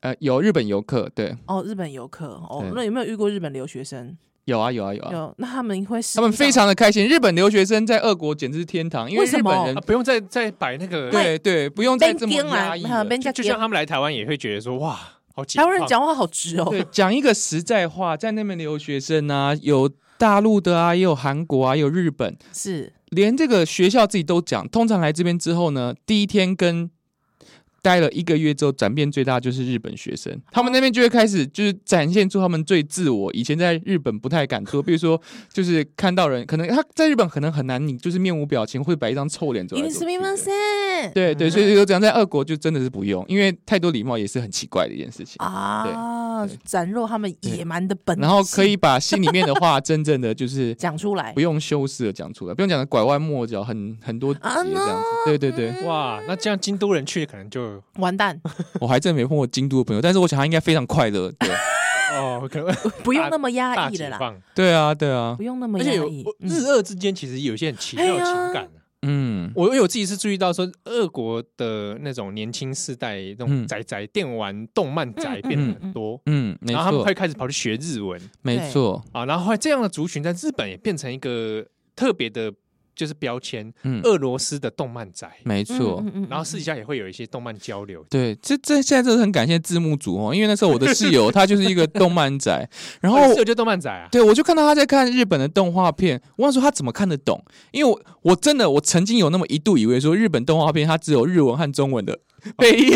呃，有日本游客，对，哦，日本游客哦对，那有没有遇过日本留学生？有啊，有啊，有啊。有，那他们会他们非常的开心，日本留学生在俄国简直是天堂，因为什日本么人啊，不用再再摆那个，对对，不用再边这么边压来，抑还有了。边就家就像他们来台湾也会觉得说哇，好解台放湾人讲话好直哦，对，讲一个实在话，在那边留学生啊，有大陆的啊，也有韩国啊，也有日本， <laughs> 是连这个学校自己都讲。通常来这边之后呢，第一天跟待了一个月之后，转变最大就是日本学生，他们那边就会开始就是展现出他们最自我。以前在日本不太敢说，比如说就是看到人，可能他在日本可能很难，你就是面无表情，会摆一张臭脸走一来定走是去明的文。森对对，所以有这样在俄国就真的是不用，因为太多礼貌也是很奇怪的一件事情。嗯啊对，展露他们野蛮的本性，然后可以把心里面的话真正的就是讲出来不用修饰的讲出来，不用讲的拐弯抹角，很很多节啊这样子。 no，对对对，哇，那这样京都人去可能就嗯完蛋，我还真没碰过京都的朋友，但是我想他应该非常快乐。 <laughs> 对哦，可能不用那么大压抑解了啦，放，对啊对啊不，用那么而且压有抑我，嗯日俄之间其实有一些很奇妙哎的呀情感啊。嗯我我有自己是注意到说，俄国的那种年轻世代那种嗯宅宅、电玩、动漫宅嗯变得嗯很多，嗯，没然后他们错会开始跑去学日文没错，啊，然后后来这样的族群在日本也变成一个特别的，就是标签，嗯俄罗斯的动漫宅，没嗯错。嗯嗯嗯然后私底下也会有一些动漫交流。对，这这现在真的很感谢字幕组哦，因为那时候我的室友他就是一个动漫宅，然后哦，这就动漫宅啊，对，我就看到他在看日本的动画片，我想说他怎么看得懂？因为我我真的我曾经有那么一度以为说日本动画片它只有日文和中文哦的配音，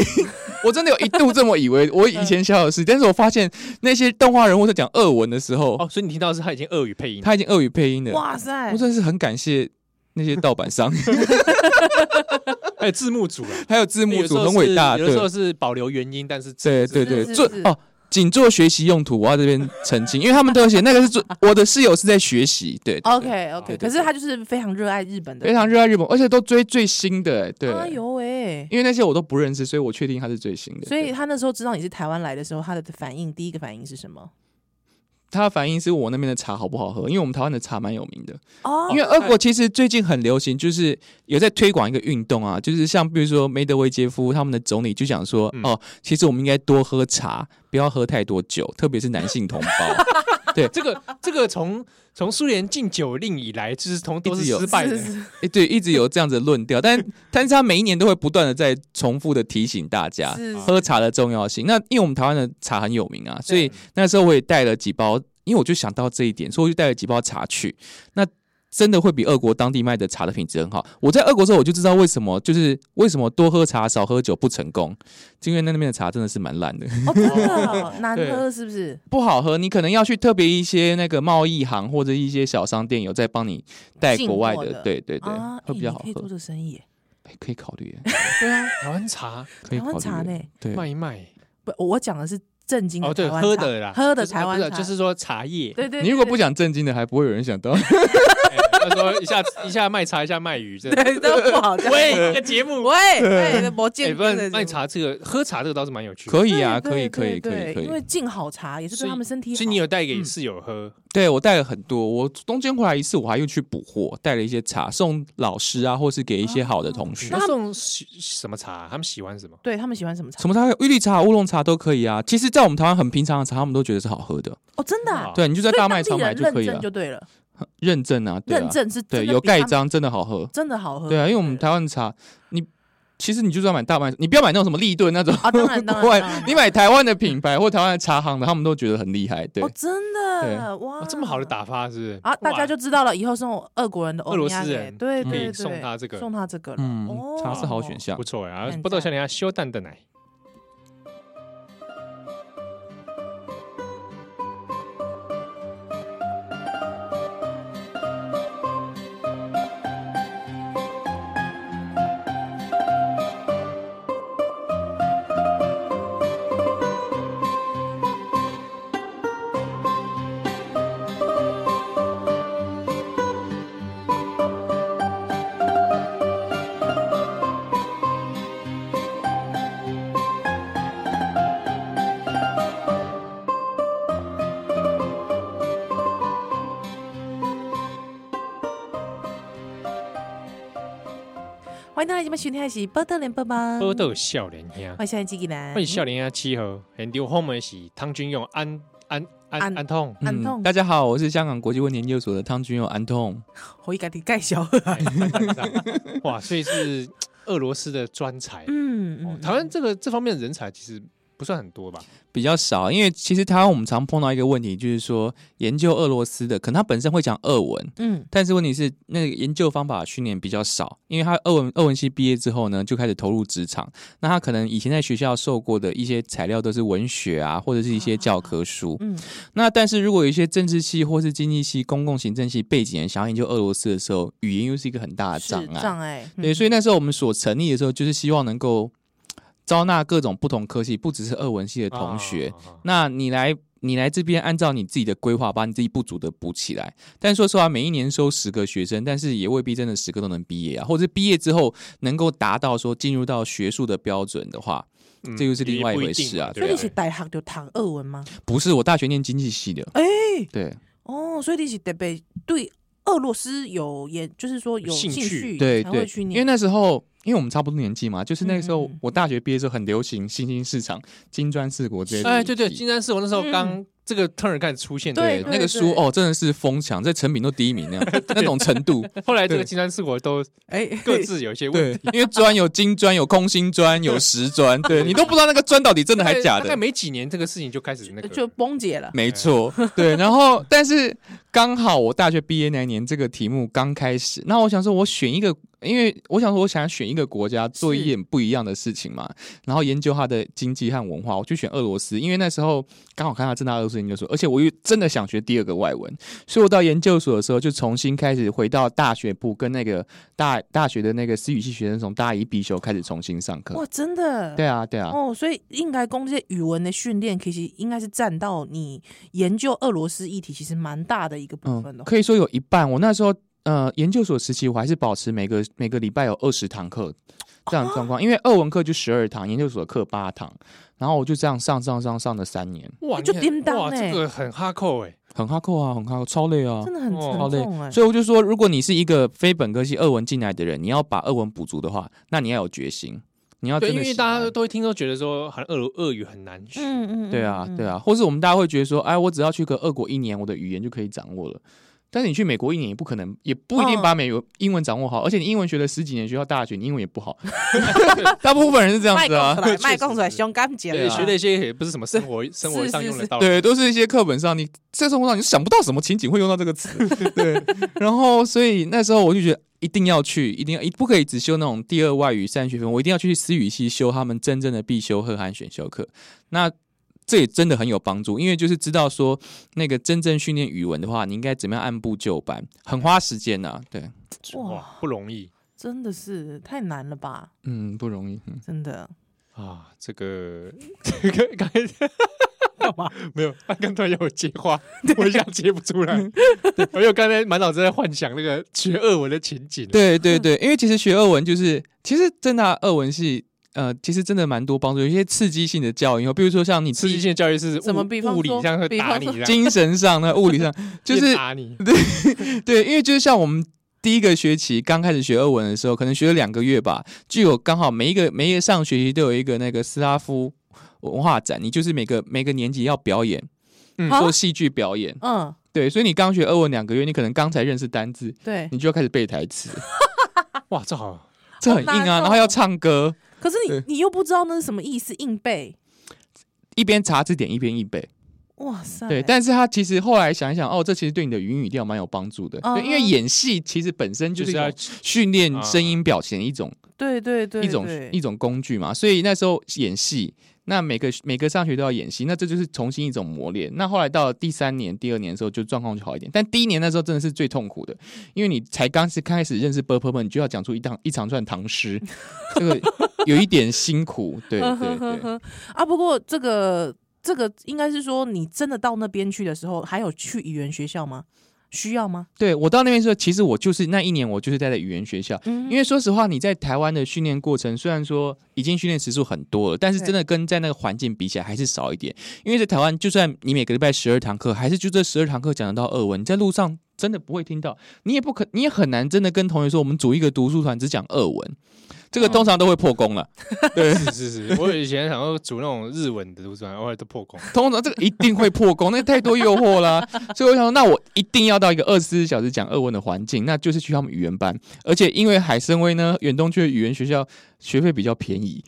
我真的有一度这么以为。我嗯以前小小事，但是我发现那些动画人物在讲俄文的时候，哦，所以你听到的是他已经俄语配音，他已经俄语配音了。哇塞我，真的是很感谢那些盗版商， <laughs> 还有字幕组啊，还有字幕有时组候很伟大，是有的时候对是保留原因，但是对对是对，是做是哦。仅做学习用途，我要这边澄清，因为他们都有写那个是做我的室友是在学习，对 OK 对 OK，对可是他就是非常热爱日本的，非常热爱日本，而且都追最新的、哎对，哎呦喂，因为那些我都不认识，所以我确定它是最新的。所以对他那时候知道你是台湾来的时候，他的反应第一个反应是什么？他的反应是我那边的茶好不好喝，因为我们台湾的茶蛮有名的。哦因为俄国其实最近很流行，就是有在推广一个运动啊，就是像比如说梅德韦杰夫他们的总理就讲说，嗯哦，其实我们应该多喝茶，不要喝太多酒，特别是男性同胞， <laughs> 这个这个从从苏联禁酒令以来，就是从都是一直有失败的是。是诶对，一直有这样子的论调，但但是他每一年都会不断的在重复的提醒大家，是是喝茶的重要性。那因为我们台湾的茶很有名啊，所以那时候我也带了几包，因为我就想到这一点，所以我就带了几包茶去。那真的会比俄国当地卖的茶的品质很好。我在俄国之后，我就知道为什么，就是为什么多喝茶少喝酒不成功，因为那那边的茶真的是蛮烂的， <laughs> 哦，真的哦难对喝是不是？不好喝。你可能要去特别一些那个贸易行或者一些小商店有在帮你带国外进的，货的对对对，啊，会哎比较你好可以做喝这，个生意耶，哎可以考虑耶，对啊，台湾茶可以台考湾虑茶耶，呢？对，卖一卖。不，我讲的是正经哦，的对，台湾喝茶的啦，喝的就是台湾不是啊茶就是说茶叶。对对，啊你如果对不讲正经的，还不会有人想到。哎他说一下一下卖茶，一下卖鱼，这对 <laughs> 都不好讲。喂一个节目， <laughs> <laughs> 喂，对，没哎，见不过然卖茶这个喝茶这个倒是蛮有趣的。可以啊，对可以，对可以，可对对以，可因为以。进好茶也是所对以他们身体好。所以你有带给嗯室友喝，对我带了很多，我中间回来一次，我还又去补货，带了一些茶送老师啊，或是给一些好的同学那。送喜什么茶？他们喜欢什么？对他们喜欢什么茶？什么茶？玉绿茶、乌龙茶都可以啊。其实，在我们台湾很平常的茶，他们都觉得是好喝的。哦，真的啊，哦对，你就在所以大卖当地场买人就可以认了证，就对了，认证啊，对认啊，证是对，真的有比盖他们章，真的好喝。真的好喝。对啊，因为我们台湾的茶，你其实你就算买大卖，你不要买那种什么立顿那种，啊，当然当不然然当然， <laughs> 你买台湾的品牌或台湾的茶行的，他们都觉得很厉害。对哦，，真的哇哇，这么好的打发是不是啊，大家哇就知道了，以后送哦俄国人的俄罗斯欧米茄人对可以对对，送他这个送他这个了，嗯哦，茶是好选项不。错呀很，赞不知道像人家修蛋的奶。欢迎大家今晚收听的是《波特连波邦》，波豆笑脸兄，欢迎下一季男，欢迎笑脸兄七和，很丢后面是汤君用安安安安安 <laughs> 痛，安痛嗯大家好，我是香港国际问研究所的汤君佑安痛。回家的盖小，哎三百以上哇，所以是俄罗斯的专才。嗯哦嗯，台湾这个这方面的人才其实不算很多吧？比较少，因为其实台湾我们常碰到一个问题，就是说研究俄罗斯的，可能他本身会讲俄文，嗯，但是问题是那个研究方法训练比较少，因为他俄文俄文系毕业之后呢，就开始投入职场，那他可能以前在学校受过的一些材料都是文学啊，或者是一些教科书，嗯那但是如果有一些政治系或是经济系、公共行政系背景的人想要研究俄罗斯的时候，语言又是一个很大的是障碍，障碍，嗯对，所以以那时候我们所成立的时候，就是希望能够招纳各种不同科系，不只是俄文系的同学。啊，啊啊那你来，你来这边按照你自己的规划，把你自己不足的补起来。但说实话，每一年收十个学生，但是也未必真的十个都能毕业啊，或者是毕业之后能够达到说进入到学术的标准的话，嗯这又是另外一回事啊也不那一定你对是大学就谈俄文吗？不是我大学念经济系的，哎，啊对哦，所以你是得被对俄罗斯有也就是说有兴兴趣趣对才对会去，因念，为那时候。因为我们差不多年纪嘛，就是那个时候嗯嗯我大学毕业的时候很流行新兴市场、金砖四国这些。哎，对对，金山寺我那时候嗯刚这个 turn 开始出现，对对对，不那个书对哦，真的是疯抢，这成品都第一名那样那种程度。对，后来这个对金山寺我都哎，各自有一些问对题，，因为砖有金砖，有空心砖，有石砖，对你都不知道那个砖到底真的还假大概的。没几年，这个事情就开始那个 <laughs> 就崩解了。没错，对。然后，但是刚好我大学毕业那一年，这个题目刚开始，那我想说，我选一个，因为我想说，我想选一个国家做一点不一样的事情嘛，然后研究它的经济和文化，我就选俄罗斯，因为那时候刚好看他正大俄罗斯研究所，而且我又真的想学第二个外文，所以我到研究所的时候就重新开始回到大学部，跟那个大大学的那个私语系学生从大一必修开始重新上课。哇，真的。嗯对啊，对啊，哦，所以应该讲这些语文的训练，其实应该是占到你研究俄罗斯议题其实蛮大的一个部分的。哦嗯可以说有一半。我那时候呃，研究所时期，我还是保持每个每个礼拜有二十堂课这哦样的状况，因为二文课就十二堂，研究所课八堂，然后我就这样上上上上了三年，哇，就你很叮当哇，欸这个很哈扣哎，很哈扣啊，很哈扣，超累啊真。的很哦超沉累重哎、所以我就说，如果你是一个非本科系二文进来的人，你要把二文补足的话，那你要有决心，你要对，真因的为喜大家欢都会听都觉得说，好像俄俄语很难学，嗯嗯，嗯对啊，对，嗯啊，或是我们大家会觉得说，哎，我只要去个俄国一年，我的语言就可以掌握了。但是你去美国一年也不可能，也不一定嗯把美国英文掌握好，而且你英文学了十几年，学到大学你英文也不好， <laughs> 大部分人是这样卖子供啊 <laughs> 出，来，卖供出来，胸感姐对对，啊学了一些也不是什么生活生活上用得到的，对，都是一些课本上你在生活上你想不到什么情景会用到这个词， <laughs> 对。然后所以那时候我就觉得一定要去，一定要不可以只修那种第二外语三学分，我一定要去思语系修他们真正的必修和韩选修课。那这也真的很有帮助，因为就是知道说那个真正训练语文的话，你应该怎么样按部就班，很花时间呐、对，哇，不容易真的是太难了吧？嗯，不容易。嗯真的，啊，这 <laughs> 个这个刚才 <laughs> 干嘛？没有，他刚突然要我接话，我一下接不出来。 <laughs> 我又刚才满脑子在幻想那个学俄文的情景。，对对对，因为其实学俄文就是，其实真的、啊、俄文系。呃，其实真的蛮多帮助，有一些刺激性的教育哦，比如说像你刺第一激性教育是怎么比方物理说上会比打方你说这样，精神上、那物 <laughs> 理上，就是边打你。对，因为就是像我们第一个学期刚开始学俄文的时候，可能学了两个月吧，就有刚好每一个每一个上学期都有一个那个斯拉夫呃文化展，你就是每个每个年级要表演嗯啊做戏剧表演，嗯，对，所以你刚学俄文两个月，你可能刚才认识单字，对。你就要开始背 <laughs> 台词，哇，这好，这很硬好难啊，哦然后要唱歌，可是对你你又不知道那是什么意思，硬背。一边查字典一边一背。哇塞！哦对，但是他其实后来想一想，哦，这其实对你的语音语调蛮有帮助的，嗯对，因为嗯演戏其实本身就哦就是是一要种训练啊声音表情的一种对对对，一种对一种工具嘛，所以那时候演戏，那每个每个上学都要演戏，那这就是重新一种磨练。那后来到了第三年、第二年的时候，就状况就好一点，但第一年那时候真的是最痛苦的，因为你才刚是开始认识 b u r p l e 们，你就要讲出一趟一长串 <laughs> 唐诗，这个有一点辛苦，嗯对对对，呵啊，不过这个这个应该是说，你真的到那边去的时候，还有去语言学校吗？需要吗？对我到那边的时候，其实我就是那一年我就是待在语言学校，嗯因为说实话，你在台湾的训练过程，虽然说已经训练时数很多了，但是真的跟在那个环境比起来还是少一点。因为在台湾，就算你每个礼拜十二堂课，还是就这十二堂课讲得到俄文，你在路上真的不会听到。你也不可，你也很难真的跟同学说，我们组一个读书团只讲俄文，这个嗯通常都会破功了。对， <laughs> 是是是，我以前想要组那种日文的读书团，后来都破功。通常这个一定会破功，那太多诱 <laughs> 惑啦。所以我想说，那我一定要到一个二十四小时讲俄文的环境，那就是去他们语言班。而且因为海参崴呢，远东区的语言学校学费比较便 <laughs> 宜，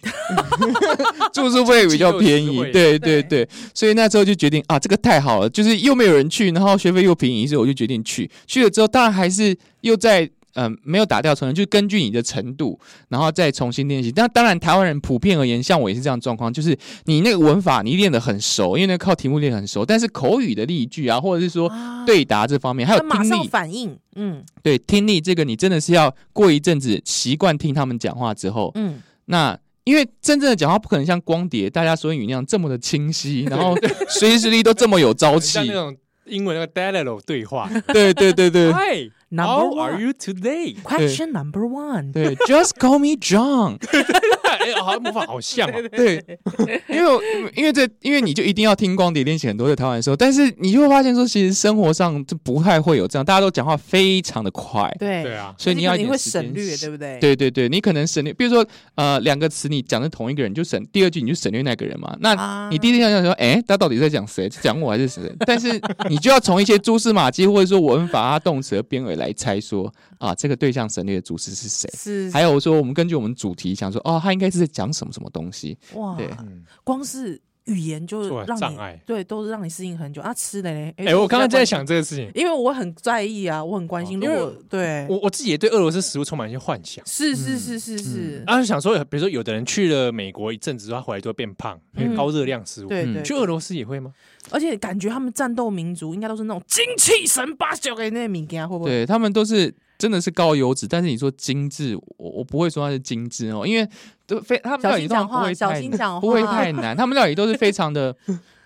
住宿费比较便经济宜又实，惠对对对对。所以那时候就决定啊，这个太好了，就是又没有人去，然后学费又便宜，所以我就决定去。去了之后，当然还是又在。嗯，没有打掉重练，就是根据你的程度，然后再重新练习。但当然，台湾人普遍而言，像我也是这样的状况，就是你那个文法你练得很熟，因为那靠题目练得很熟，但是口语的例句啊，或者是说啊，对答这方面，还有那马听上力，反应，嗯对听力这个你真的是要过一阵子习惯听他们讲话之后，嗯，那。因为真正的讲话不可能像光碟大家所语那样这么的 <laughs> 清晰，然后随时随地都这么有朝气像。那种英文那个 dialogue 对话对对对啊 <laughs> 对，Hi, Number how are one you <laughs> today？ question number one，对，Just call me John。哎，好像模仿好像 <laughs> 哦。对，因为我因为这因为你就一定要听光碟练习很多在台湾的时候，但是你就会发现说，其实生活上就不太会有这样，大家都讲话非常的快，对对啊，所以你要可一能点会时间省略，对不对？对对对，你可能省略，比如说呃两个词你讲的同一个人，就省第二句你就省略那个人嘛。那啊，你第一天想说，哎、他到底在讲谁？讲我还是谁？ <laughs> 但是你就要从一些蛛丝马迹或者说文法啊、动词的编尾来猜说啊，这个对象省略的主词是谁？是还有说我们根据我们主题想说，哦，他应该是在讲什么什么东西。哇对，嗯，光是语言就哇让障你碍对，都是让你适应很久啊。吃的嘞，哎，我刚刚在，都想这个事情是，关心因为我很在意啊，我很关心。哦如因为果对，我我自己也对俄罗斯食物充满一些幻想。哎是是是是是，啊，想说，比如说，有的人去了美国一阵子之后，他回来就会变胖，因为嗯高热量食物。对嗯对，去俄罗斯也会吗？而且感觉他们战斗民族应该都是那种精气神八九给那米给他会不会？对他们都是真的是高油脂，但是你说精致，我我不会说它是精致哦，因为都非他们料小理心通常讲不话，会小太心讲话，不会太难，他们料理都是非 <laughs> 常的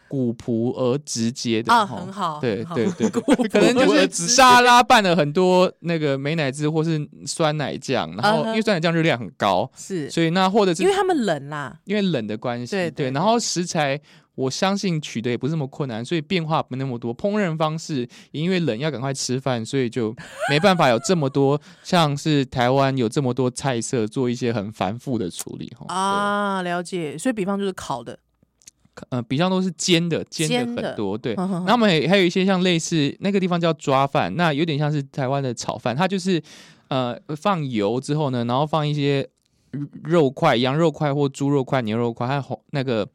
古朴而直接的啊，吼很好，对很好对 <laughs> 对，对可可能就而是直接沙拉拌了很多那个美乃滋或是酸奶酱，然后嗯哼因为酸奶酱热量很高，是所以那或者是因为他们冷啦，因为冷的关系，对对然后食材我相信取得也不是那么困难，所以变化不那么多。烹饪方式也因为冷要赶快吃饭，所以就没办法有这么多，像是台湾有这么多菜色做一些很繁复的处理哈。啊，啊，了解。所以比方就是烤的，呃，比较都是煎的，煎煎的的很 <laughs> 多，对。那那么还有一些像类似那个地方叫抓饭，那有点像是台湾的炒饭，它就是呃放油之后呢，然后放一些肉块、羊肉块或猪肉块、牛肉块，还有红那个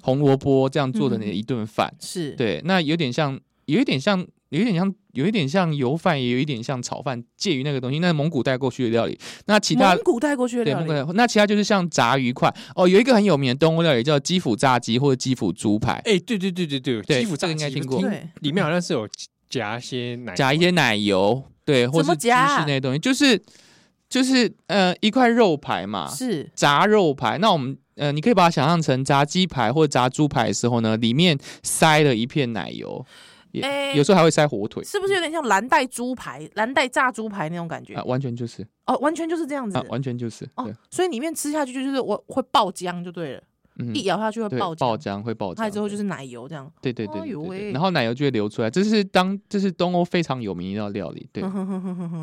红萝卜这样做的那嗯一顿饭。是对，那有点像，有一点像。有一点像，有一点像油饭，也有一点像炒饭，介于那个东西。那是蒙古带过去的料理，那其他蒙古带过去的对料蒙古理带，那其他就是像炸鱼块哦，有一个很有名的东欧料理叫基辅炸鸡或者基辅猪排，哎，对对对对对，对基辅这炸个应该鸡听不过是对，里面好像是有夹一些奶，加一些奶油，对，或怎是么芝士夹那些东西，就是就是呃一块肉排嘛，是炸肉排。那我们呃，你可以把它想象成炸鸡排或炸猪排的时候呢，里面塞了一片奶油，也、哎有时候还会塞火腿是不是有点像蓝带猪排、蓝带炸猪排那种感觉啊，？完全就是哦，完全就是这样子啊，完全就是，哦对，，所以里面吃下去就是我会爆浆就对了，嗯一咬下去会对爆爆浆，浆会爆它浆，之后就是奶油这样。对对对哎对呦对对喂然后奶油就会流出来，这是当这是东欧非常有名一道料理，<laughs> 对、嗯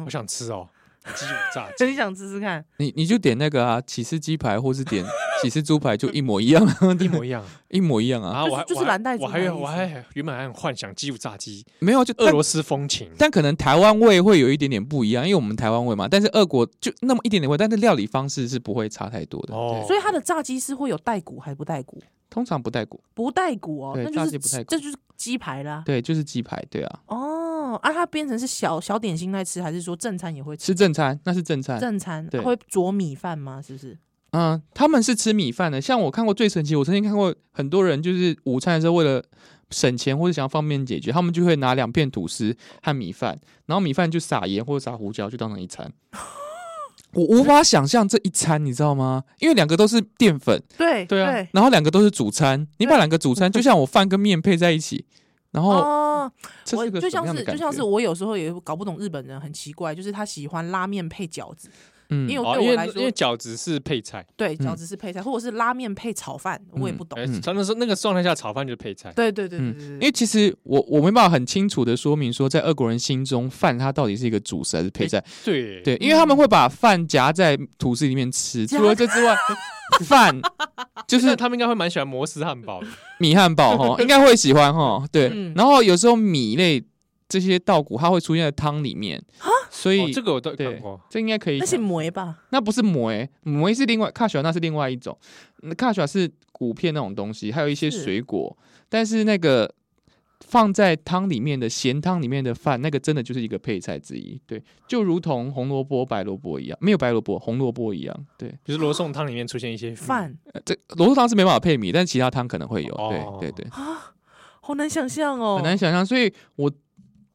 我想吃哦，基辅炸鸡。真 <laughs> 想吃吃看，你你就点那个啊，起司鸡排或是点起司猪排就一模一样啊， <laughs> 一模一样一模一样啊，嗯啊！就是就是我还我还蓝带猪我还排有我意思还原本还很幻想基辅炸鸡、没有就俄但罗斯风情，但可能台湾味会有一点点不一样，因为我们台湾味嘛，但是俄国就那么一点点味，但是料理方式是不会差太多的。哦哦，所以它的炸鸡是会有带骨还不带骨？通常不带骨，不带骨哦，对那炸就鸡是不带骨这就是鸡排啦。对，就是鸡排，对啊，哦，啊，它变成是小小点心在吃，还是说正餐也会吃？吃正餐，那是正餐。正餐对啊会佐米饭吗？是不是？嗯，他们是吃米饭的。像我看过最神奇，我曾经看过很多人就是午餐的时候为了省钱或者想要方便解决，他们就会拿两片吐司和米饭，然后米饭就撒盐或者撒胡椒，就当成一餐。我无法想象这一餐，你知道吗？因为两个都是淀粉，对对啊，然后两个都是主餐，你把两个主餐就像我饭跟面配在一起，然后哦，这我是个就什像么样的是感就觉？像是我有时候也搞不懂日本人很奇怪，就是他喜欢拉面配饺子，嗯因为哦，对因我为来说因为饺子是配菜，对，饺子是配菜，或者是拉面配炒饭，我也不懂。哎，嗯他那时候那个状态下炒饭就是配菜，对对对对嗯对对因为其实我我没办法很清楚的说明说，在俄国人心中饭它到底是一个主食还是配菜。对对，因为他们会把饭夹在吐司里面吃。嗯夹除了这之外， <laughs> 饭就就是是他们应该会蛮喜欢摩斯汉堡的，米汉堡 <laughs> 哈，应该会喜欢哈。对，嗯然后有时候米类这些稻谷它会出现在汤里面，所以、哦这个我都看对过。这应该可以那讲。是梅吧？那不是馍诶、馍是另外卡小那是另外一种，卡小是谷片那种东西，还有一些是水果，但是那个放在汤里面的咸汤里面的饭，那个真的就是一个配菜之一，对，就如同红萝卜、白萝卜一样，没有白萝卜，红萝卜一样，对，就是罗宋汤里面出现一些饭呃这萝卜汤是没办法配米，但其他汤可能会有，哦对对对，啊，好难想象哦，很难想象，所以我。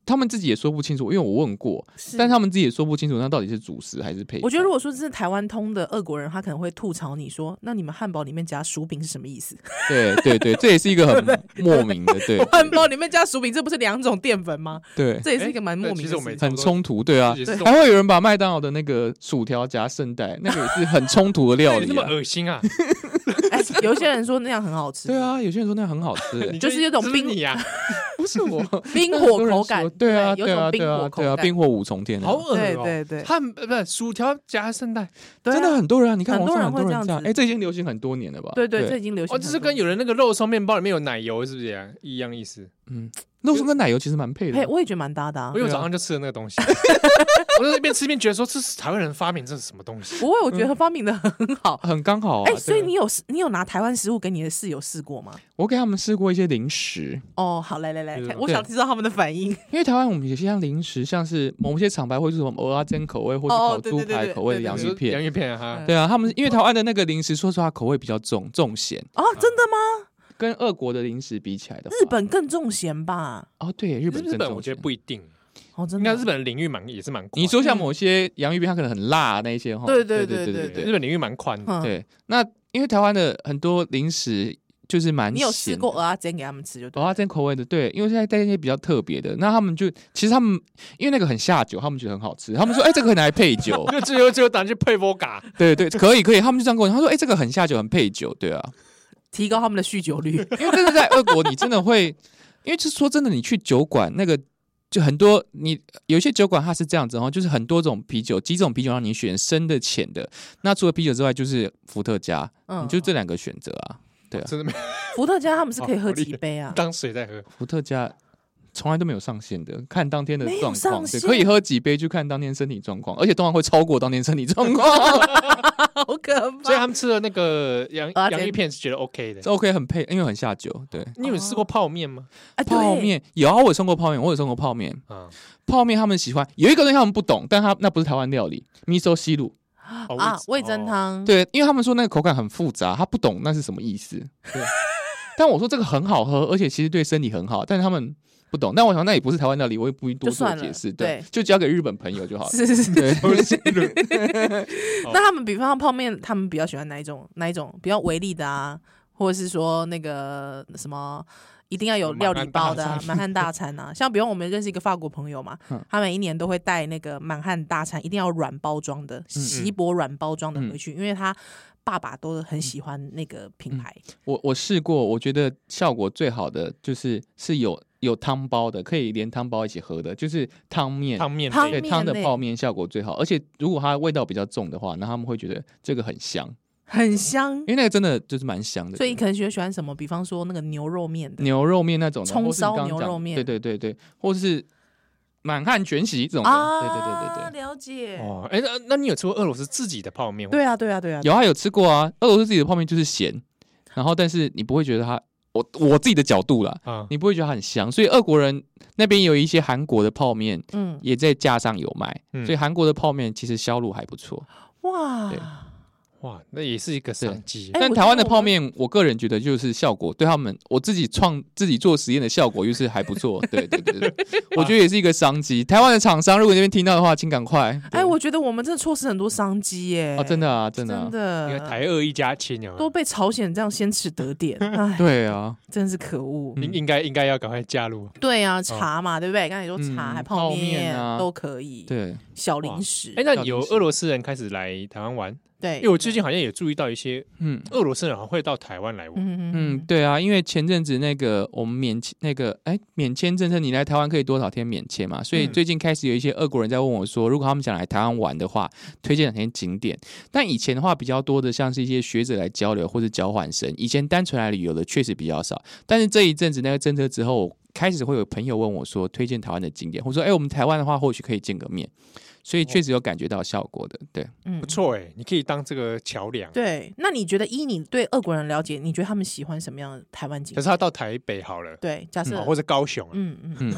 他们自己也说不清楚，因为我问过，是但他们自己也说不清楚，那到底是主食还是配菜？我觉得，如果说这是台湾通的俄国人，他可能会吐槽你说：“那你们汉堡里面加薯饼是什么意思？对对对，这也是一 <laughs> 个很莫名的，对汉堡里面加薯饼，这不是两种淀粉吗？ <laughs> 对。这也是一个蛮莫名的哎对其实事我没情。很冲突，对啊，也嗯是还会有人把麦当劳的那个薯条夹圣代，那个也是很冲突的料对理那么 <laughs> 啊。恶心啊！哎，有一些人说那样很好吃，对，啊，有些人说那很好吃、欸，就是有种是冰你啊，不是 <laughs> 我冰火口感，对啊，有对啊，种对冰啊，火口对啊，感，冰火五重天啊，好恶对哦。对对，汉不是薯条夹圣哦代，对啊真的很多人啊，你看很网多上人很会多这人样这样，子哎，这已经流行很多年了吧？对对，这已经流行哦，很多就年。是跟有人那个肉松面包里面有奶油是不是一样一样意思？嗯，肉松跟奶油其实蛮配嘿，的。我也觉得蛮搭的啊我。有早上就吃了那个东 <laughs> 西，我就一边吃一边觉得说这是台湾人发明这是什么东西？啊不会，我觉得方饼的很好。很刚好啊哎，！所对以你有你有拿台湾食物给你的室友试过吗？我给他们试过一些零食，哦，好，来来来对，看我想知道他们的反应。因为台湾我们有些像零食，像是某些厂牌会是什么蚵仔煎口味，或是哦烤对猪对对排对口味的对洋你芋说洋片。芋片啊，哈对啊，他们因为台湾的那个零食，说实话口味比较重，重咸，哦，真的吗？跟俄国的零食比起来的话，日本更重咸吧？哦，对，日本日正本宗我觉得咸不一嗯定，哦，真应的该哦。日本的领域蛮也是蛮宽。你说像某些洋芋片，它可能很辣、啊、那一些哈，对对对对对对对对日对本领域蛮宽的，嗯对。那因为台湾的很多零食就是蛮你有试咸过的鹅啊煎给他们吃就对蚵仔煎口味的，对，因为现在带一些比较特别的，那他们就其实他们因为那个很下酒，他们觉得很好吃，他们说哎、这个可以拿来配酒， <laughs> 就只有只有打去配 <laughs> vodka，对对，可以可以，他们就这样跟我讲，他说哎、这个很下酒，很配酒，对啊，提高他们的酗酒 <laughs> 率。因为真的在俄国，你真的会，因为就是说真的，你去酒馆那个。就很多，你有一些酒馆它是这样子哦，就是很多种啤酒，几种啤酒让你选，深的、浅的。那除了啤酒之外，就是伏特加，嗯，你就这两个选择啊。对啊，真的没伏特加他们是可以哦喝好厉几害杯 <laughs> 啊？当水在喝。伏特加从来都没有上限的，看当天的没有状况，上限对，可以喝几杯，就看当天身体状况，而且通常会超过当天身体 <laughs> 状况，好可所以怕！他们吃了那个洋蚵仔煎洋芋片是觉得 OK 的这。OK 很配，因为很下酒。对，你有试过泡面吗？啊，对泡面有啊，我有送过泡面，我有送过泡面，啊，泡面他们喜欢有一个东西他们不懂，但他那不是台湾料理，米寿西鲁。哦啊，味噌。哦汤，对，因为他们说那个口感很复杂，他不懂那是什么意思。对， <laughs> 但我说这个很好喝，而且其实对身体很好，但是他们不懂。但我想那也不是台湾料理，我也不必多就做算了解释。对就交给日本朋友就好 <laughs> 了。是是是。对，那他们比方说泡面，他们比较喜欢哪一种？哪一种比较维力的啊？或者是说那个什么？一定要有料理包的啊，满汉大餐 <laughs> 啊，像比如我们认识一个法国朋友嘛，嗯他每一年都会带那个满汉大餐，一定要软包装嗯的，锡箔软包装的回去，因为他爸爸都很喜欢那个嗯品牌。我我试过，我觉得效果最好的就是是有有汤包的，可以连汤包一起喝的，就是汤面。汤面汤对面汤的类泡面效果最好，而且如果它味道比较重的话，那他们会觉得这个很香，很香因，为那个真的就是蛮香的。所以可能喜欢什么？比方说那个牛肉面的牛肉面那种的，葱或是烧你刚刚牛讲肉面对对对对，或是满汉全席这种的，啊，对对对对对。了解。哦，哎，那那你有吃过俄罗斯自己的泡面？，对啊，对啊，对啊，有啊，有吃过啊。俄罗斯自己的泡面就是咸，然后但是你不会觉得它，我我自己的角度啦，啊，你不会觉得它很香。所以俄国人那边有一些韩国的泡面嗯，也在架上有卖，嗯所以韩国的泡面其实销路还不错。对哇，哇，那也是一个商机哎。但我台觉湾得我的泡们面，我个人觉得就是效果对他们，我自己创自己做实验的效果就是还不 <laughs> 错。对对对对，我觉得也是一个商机。台湾的厂商，如果你那边听到的话，请赶快。哎，我觉得我们真的错失很多商机耶、啊，真的啊，真的啊真，因为的，台二一家亲啊，都被朝鲜这样先取得 <laughs> 点，哎，对嗯啊，真是可恶。应应该应该要赶快加入。对啊，茶嘛，对不对？刚才说茶，嗯还泡泡面啊都可以，对，小零食。哎，那要有临时俄罗斯人开始来台湾玩？对，哎因为我最近好像也注意到一些嗯俄罗斯人好像会到台湾来玩。嗯嗯，，对啊，因为前阵子那个我们免签那个哎免签政策，你来台湾可以多少天免签嘛？所以嗯最近开始有一些俄国人在问我说，如果他们想来台湾玩的话，推荐哪些景点？但以前的话比较多的像是一些学者来交流或是交换生，以前单纯来旅游的确实比较少。但是这一阵子那个政策之后，开始会有朋友问我说推荐台湾的景点，或者说哎我们台湾的话或许可以见个面，所以确实有感觉到效果的，对。嗯不。错哎，你可以当这个桥梁。对，那你觉得依你对俄国人了解，你觉得他们喜欢什么样的台湾景可点？是他到台北好了，对，假设啊，或者高雄啊嗯嗯，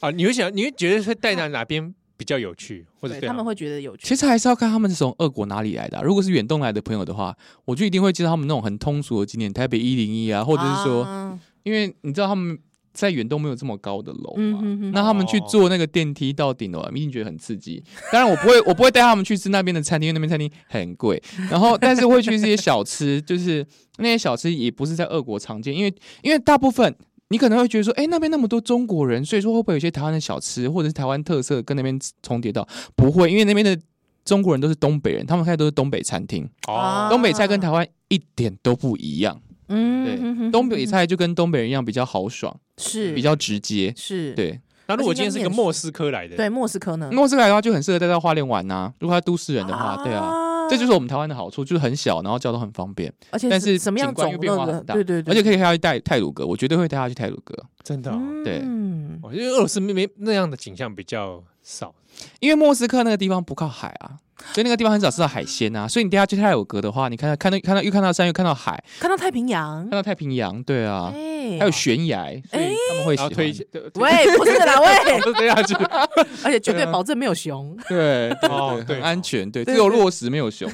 啊，你会想，你会觉得会带到哪边比较有趣，或者啊啊对，他们会会觉得有趣。其实还是要看他们是从俄国哪里来的啊、如果是远东来的朋友的话，我就一定会介绍他们那种很通俗的景点，台北一零一啊，或者是说，啊因为你知道他们在远东没有这么高的楼嗯嘛，哼哼，那他们去坐那个电梯到顶楼，一定觉得很刺激。当然，我不会， <laughs> 我不会带他们去吃那边的餐厅，因为那边餐厅很贵。然后，但是会去这些小吃，就是那些小吃也不是在俄国常见，因为因为大部分你可能会觉得说，哎，那边那么多中国人，所以说会不会有些台湾的小吃或者是台湾特色跟那边重叠到？不会，因为那边的中国人都是东北人，他们开的都是东北餐厅，啊哦，东北菜跟台湾一点都不一样。嗯，对哼哼东北哼菜就跟东北人一样比较豪爽，哼是比较直接。是，对，那如果而且今天是一个面莫斯科来的，对，莫斯科呢？莫斯科的话就很适合带到花莲玩呐、如果他都市人的话，对啊，啊这就是我们台湾的好处，就是很小，然后交通很方便，而且但是什么样景观种又类变化的很大对对对，而且可以带他去泰泰鲁格，我绝对会带他去泰鲁格，真的哦，对嗯，哦因为俄罗斯没没那样的景象比较少，因为莫斯科那个地方不靠海啊，所以那个地方很少吃到海鲜啊，所以你带他去泰鲁格的话，你看到看到看到又看到山又看到海，看到太平洋看，到太平洋，对啊，哎还有悬崖，所以他们会喜然后欢。推对喂，不是的 <laughs> 啦，啊喂，推下去， <laughs> 而且绝对对啊保证没有熊。对对哦对，对很安全，对，对只有落石没 <laughs> 有熊。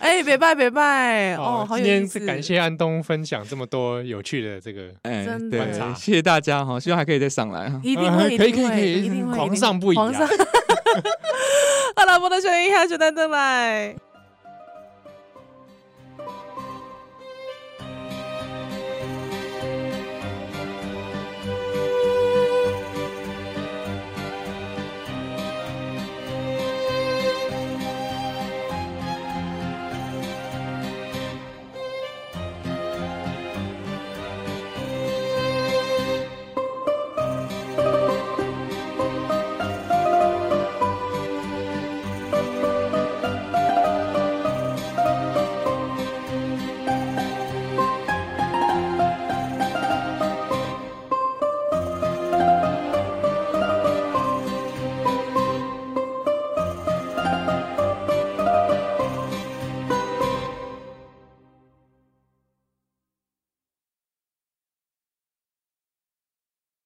哎，别拜别拜哦，好今有意天思是，感谢安东分享这么多有趣的这个，哎真的对，谢谢大家哈，希望还可以再上来哈。一定啊会，可以一定可以会可以一定会，皇一定上不啊会宜啊皇上。好了，我的声音还是等等来。